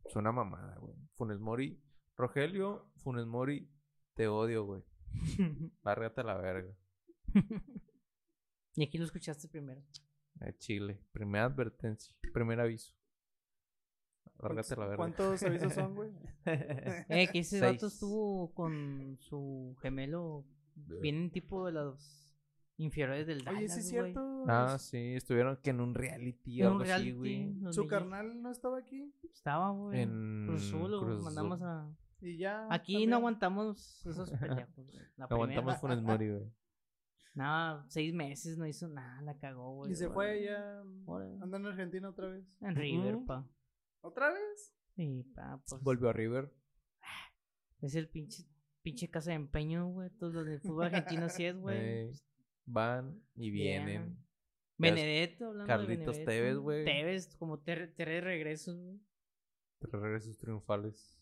Es una mamada, güey. Funes Mori, Rogelio, Funes Mori, te odio, güey. Lárgate a la verga.
y aquí lo escuchaste primero.
A Chile. Primera advertencia. Primer aviso. Lárgate a la verga.
¿Cuántos avisos son, güey?
Eh, que ese vato
Seis.
estuvo con su gemelo. Vienen tipo de los inferiores del Dallas,
Oye, sí es
güey.
cierto. Pues,
Ah, sí, estuvieron que en un reality
En
o
un
algo así,
reality,
güey.
los
Su
de-
carnal no estaba aquí
Estaba, güey.
En
Cruz Azul, güey,
Mm, Cruz
mandamos
Azul.
a...
y ya.
Aquí
también.
no aguantamos esos pendejos. güey. La
No Aguantamos
primera,
Funes Mori, güey.
nada, seis meses no hizo nada, la cagó, güey.
Y se fue ya.
Órale.
Anda en Argentina otra vez.
En River,
Ujú.
pa.
¿Otra vez?
Sí, pa, pues.
Volvió a River.
Es el pinche, pinche casa de empeño, güey. Todos los del fútbol argentino sí es, güey.
Eh, van y
Bien.
vienen. ya es-
Benedetto, hablando
Carlitos
de Benedetto.
Tevez, güey.
Tevez, como ter- tres regresos, güey.
Tres regresos triunfales.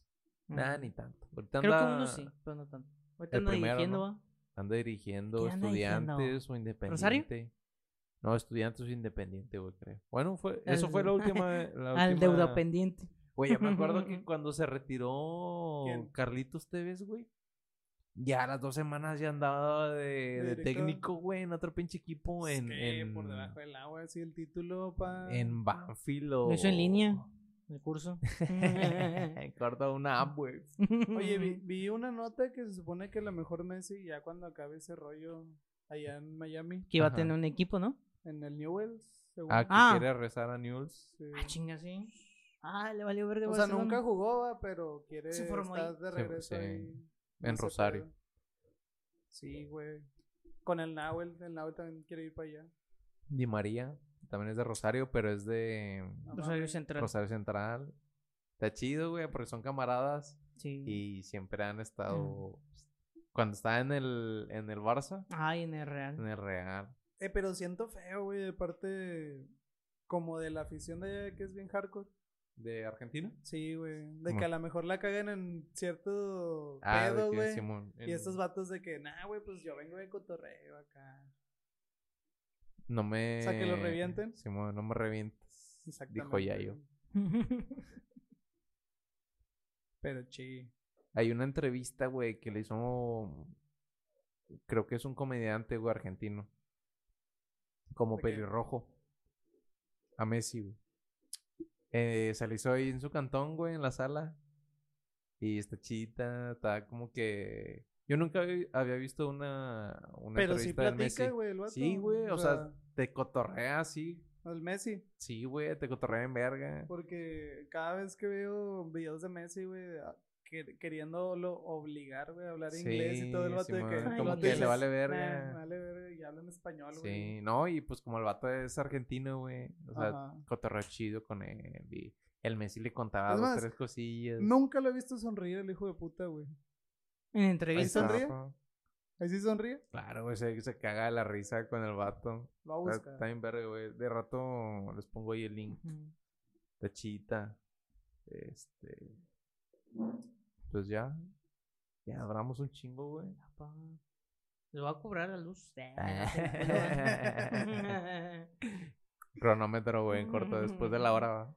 Ah.
Nada, ni tanto. Ahorita
Creo que
anda,
uno sí, pero no tanto. Ahorita
el
anda
primero,
dirigiendo,
¿no?
va.
anda dirigiendo
¿Qué anda dirigiendo?
estudiantes o independiente.
¿Rosario?
No, estudiantes o independiente, güey, creo. Bueno, fue, eso
Al-
fue la última. ve- La
Al
última-
deuda pendiente.
Güey, yo me acuerdo que cuando se retiró
¿Quién?
Carlitos Tevez, güey. Ya a las dos semanas ya andaba de,
De
de
director.
técnico, güey, en otro pinche equipo.
Es
En,
que
en-
por debajo del agua, así el título, pa.
en Banfield o...
Lo hizo en línea, el curso.
Corta una
Mm.
app, güey.
Oye, vi, vi una nota que se supone que la mejor Messi ya cuando acabe ese rollo allá en Miami,
Que iba a
Ajá.
tener un equipo, ¿no?
en el Newell's, según.
Ah, que
Ah.
quiere rezar a Newell's.
Sí.
Ah, chinga, sí. Ah, le valió verga.
O sea,
Barcelona.
nunca jugó, va, pero quiere
Se formó
estar
ahí.
Se-
de regreso
sí,
ahí,
en
ese
Rosario.
pedo. Sí, güey. Con el Nahuel, el Nahuel también quiere ir para allá.
Di María. También es de Rosario, pero es de
No
Rosario
mames.
Central.
Rosario Central. Está chido, güey, porque son camaradas
Sí.
y siempre han estado pues, Cuando estaba en el, en el Barça,
Ay, en el
en
Real.
el Real.
Eh, pero siento feo, güey, de parte como de la afición de allá que es bien hardcore.
¿De Argentina?
Sí, güey. De
Simón.
que a lo mejor la cagan en cierto
Ah, de
pedo,
que
güey.
Simón, en-
Y estos vatos de que, nah, güey, pues yo vengo de cotorreo acá.
No me...
O sea, que lo revienten.
Simón, no me revientes. Dijo Yayo.
güey. Pero chi.
Hay una entrevista, güey, que le hizo. Creo que es un comediante, güey, argentino. Como
¿De qué?
pelirrojo. A Messi, güey. Eh, se le hizo ahí en su cantón, güey, en la sala. Y está chita, está como que. Yo nunca había- había visto una, una
Pero sí
entrevista del Messi.
platica, güey, el vato.
Sí, güey, o sea, te cotorrea así.
El Messi.
Sí, güey, te cotorrea en verga.
Porque cada vez que veo videos de Messi, güey, a- que- queriéndolo obligar, güey, a hablar inglés y todo el
Sí,
vato de que.
Simón,
el
como
vato
que le
dices,
vale
"Nah,
verga".
me vale verga y habla en español, güey.
Sí, no, y pues como el vato es argentino, güey. O sea,
Ajá.
cotorreo chido con él. Y el Messi le contaba
Es
dos,
más,
tres cosillas.
Nunca lo he visto sonreír el hijo de puta, güey.
En
Ahí
entrevista.
está,
sonríe?
pa.
¿Ahí sí sonríe?
Claro, güey, se, se caga de la risa con el vato.
Lo voy a
Está,
buscar.
Ah, está bien verga, güey. De rato les pongo ahí el link.
Ujú.
Está chita. Este. Pues ya. Ya hablamos un chingo, güey.
Papá. Le va a cobrar la luz.
Ah. Cronómetro, güey, en corto. Después de la hora, va.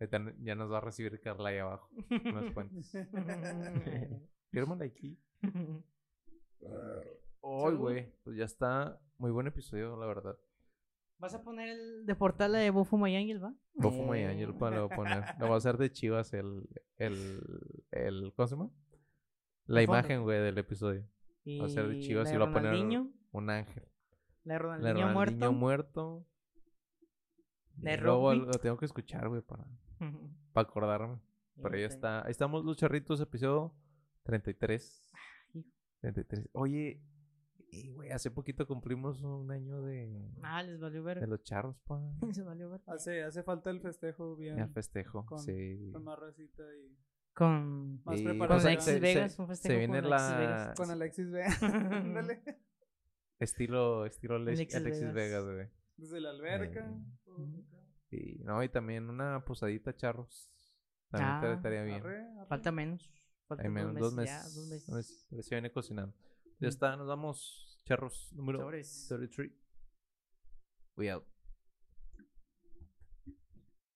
Ahorita Ya nos va a recibir Carla ahí abajo. Unas cuentas. Fírmala aquí. Hoy,
Salud.
güey. Pues ya está. Muy buen episodio, la verdad.
¿Vas a poner el de portal de Bofo Mayangel, va? Eh,
Bofo Mayangel para lo voy a poner. Lo va a hacer de chivas el. el, el ¿Cómo se llama? La
El fondo.
imagen, güey, del episodio. Va a ser de Chivas y
lo
va a poner un ángel.
La de
La
Ronaldinho
niño
muerto.
muerto. muerto.
De
Y luego
rugby.
lo tengo que escuchar, güey, para, para acordarme. Pero ya
Sí.
está. Ahí estamos, los charritos, episodio 33.
hijo.
33. Oye, y, güey, hace poquito cumplimos un año de,
Ah, les valió
de
ver.
los charros, pa.
Se valió ver.
Hace, hace falta el festejo bien.
El festejo,
Con-
sí.
Con más racita y.
Con.
Más
Sí,
preparación.
Con
sea,
Alexis
se-
Vegas,
se-
un
se
festejo
viene
con Alexis
la
Vegas.
Con Alexis Vega. Ándale.
estilo estilo Lex-
Alexis
Alexis,
Vegas.
Vegas, güey.
Desde la alberca.
Ujú.
Y no, y también una posadita charros. También
Ah.
estaría- estaría bien.
Arre, arre.
Falta menos. Falta
Ahí menos
dos
dos
meses. ya,
meses.
dos meses.
dos meses, pero Se viene cocinando.
Mm.
Ya está, nos vamos charros número
Sobres.
33. We out.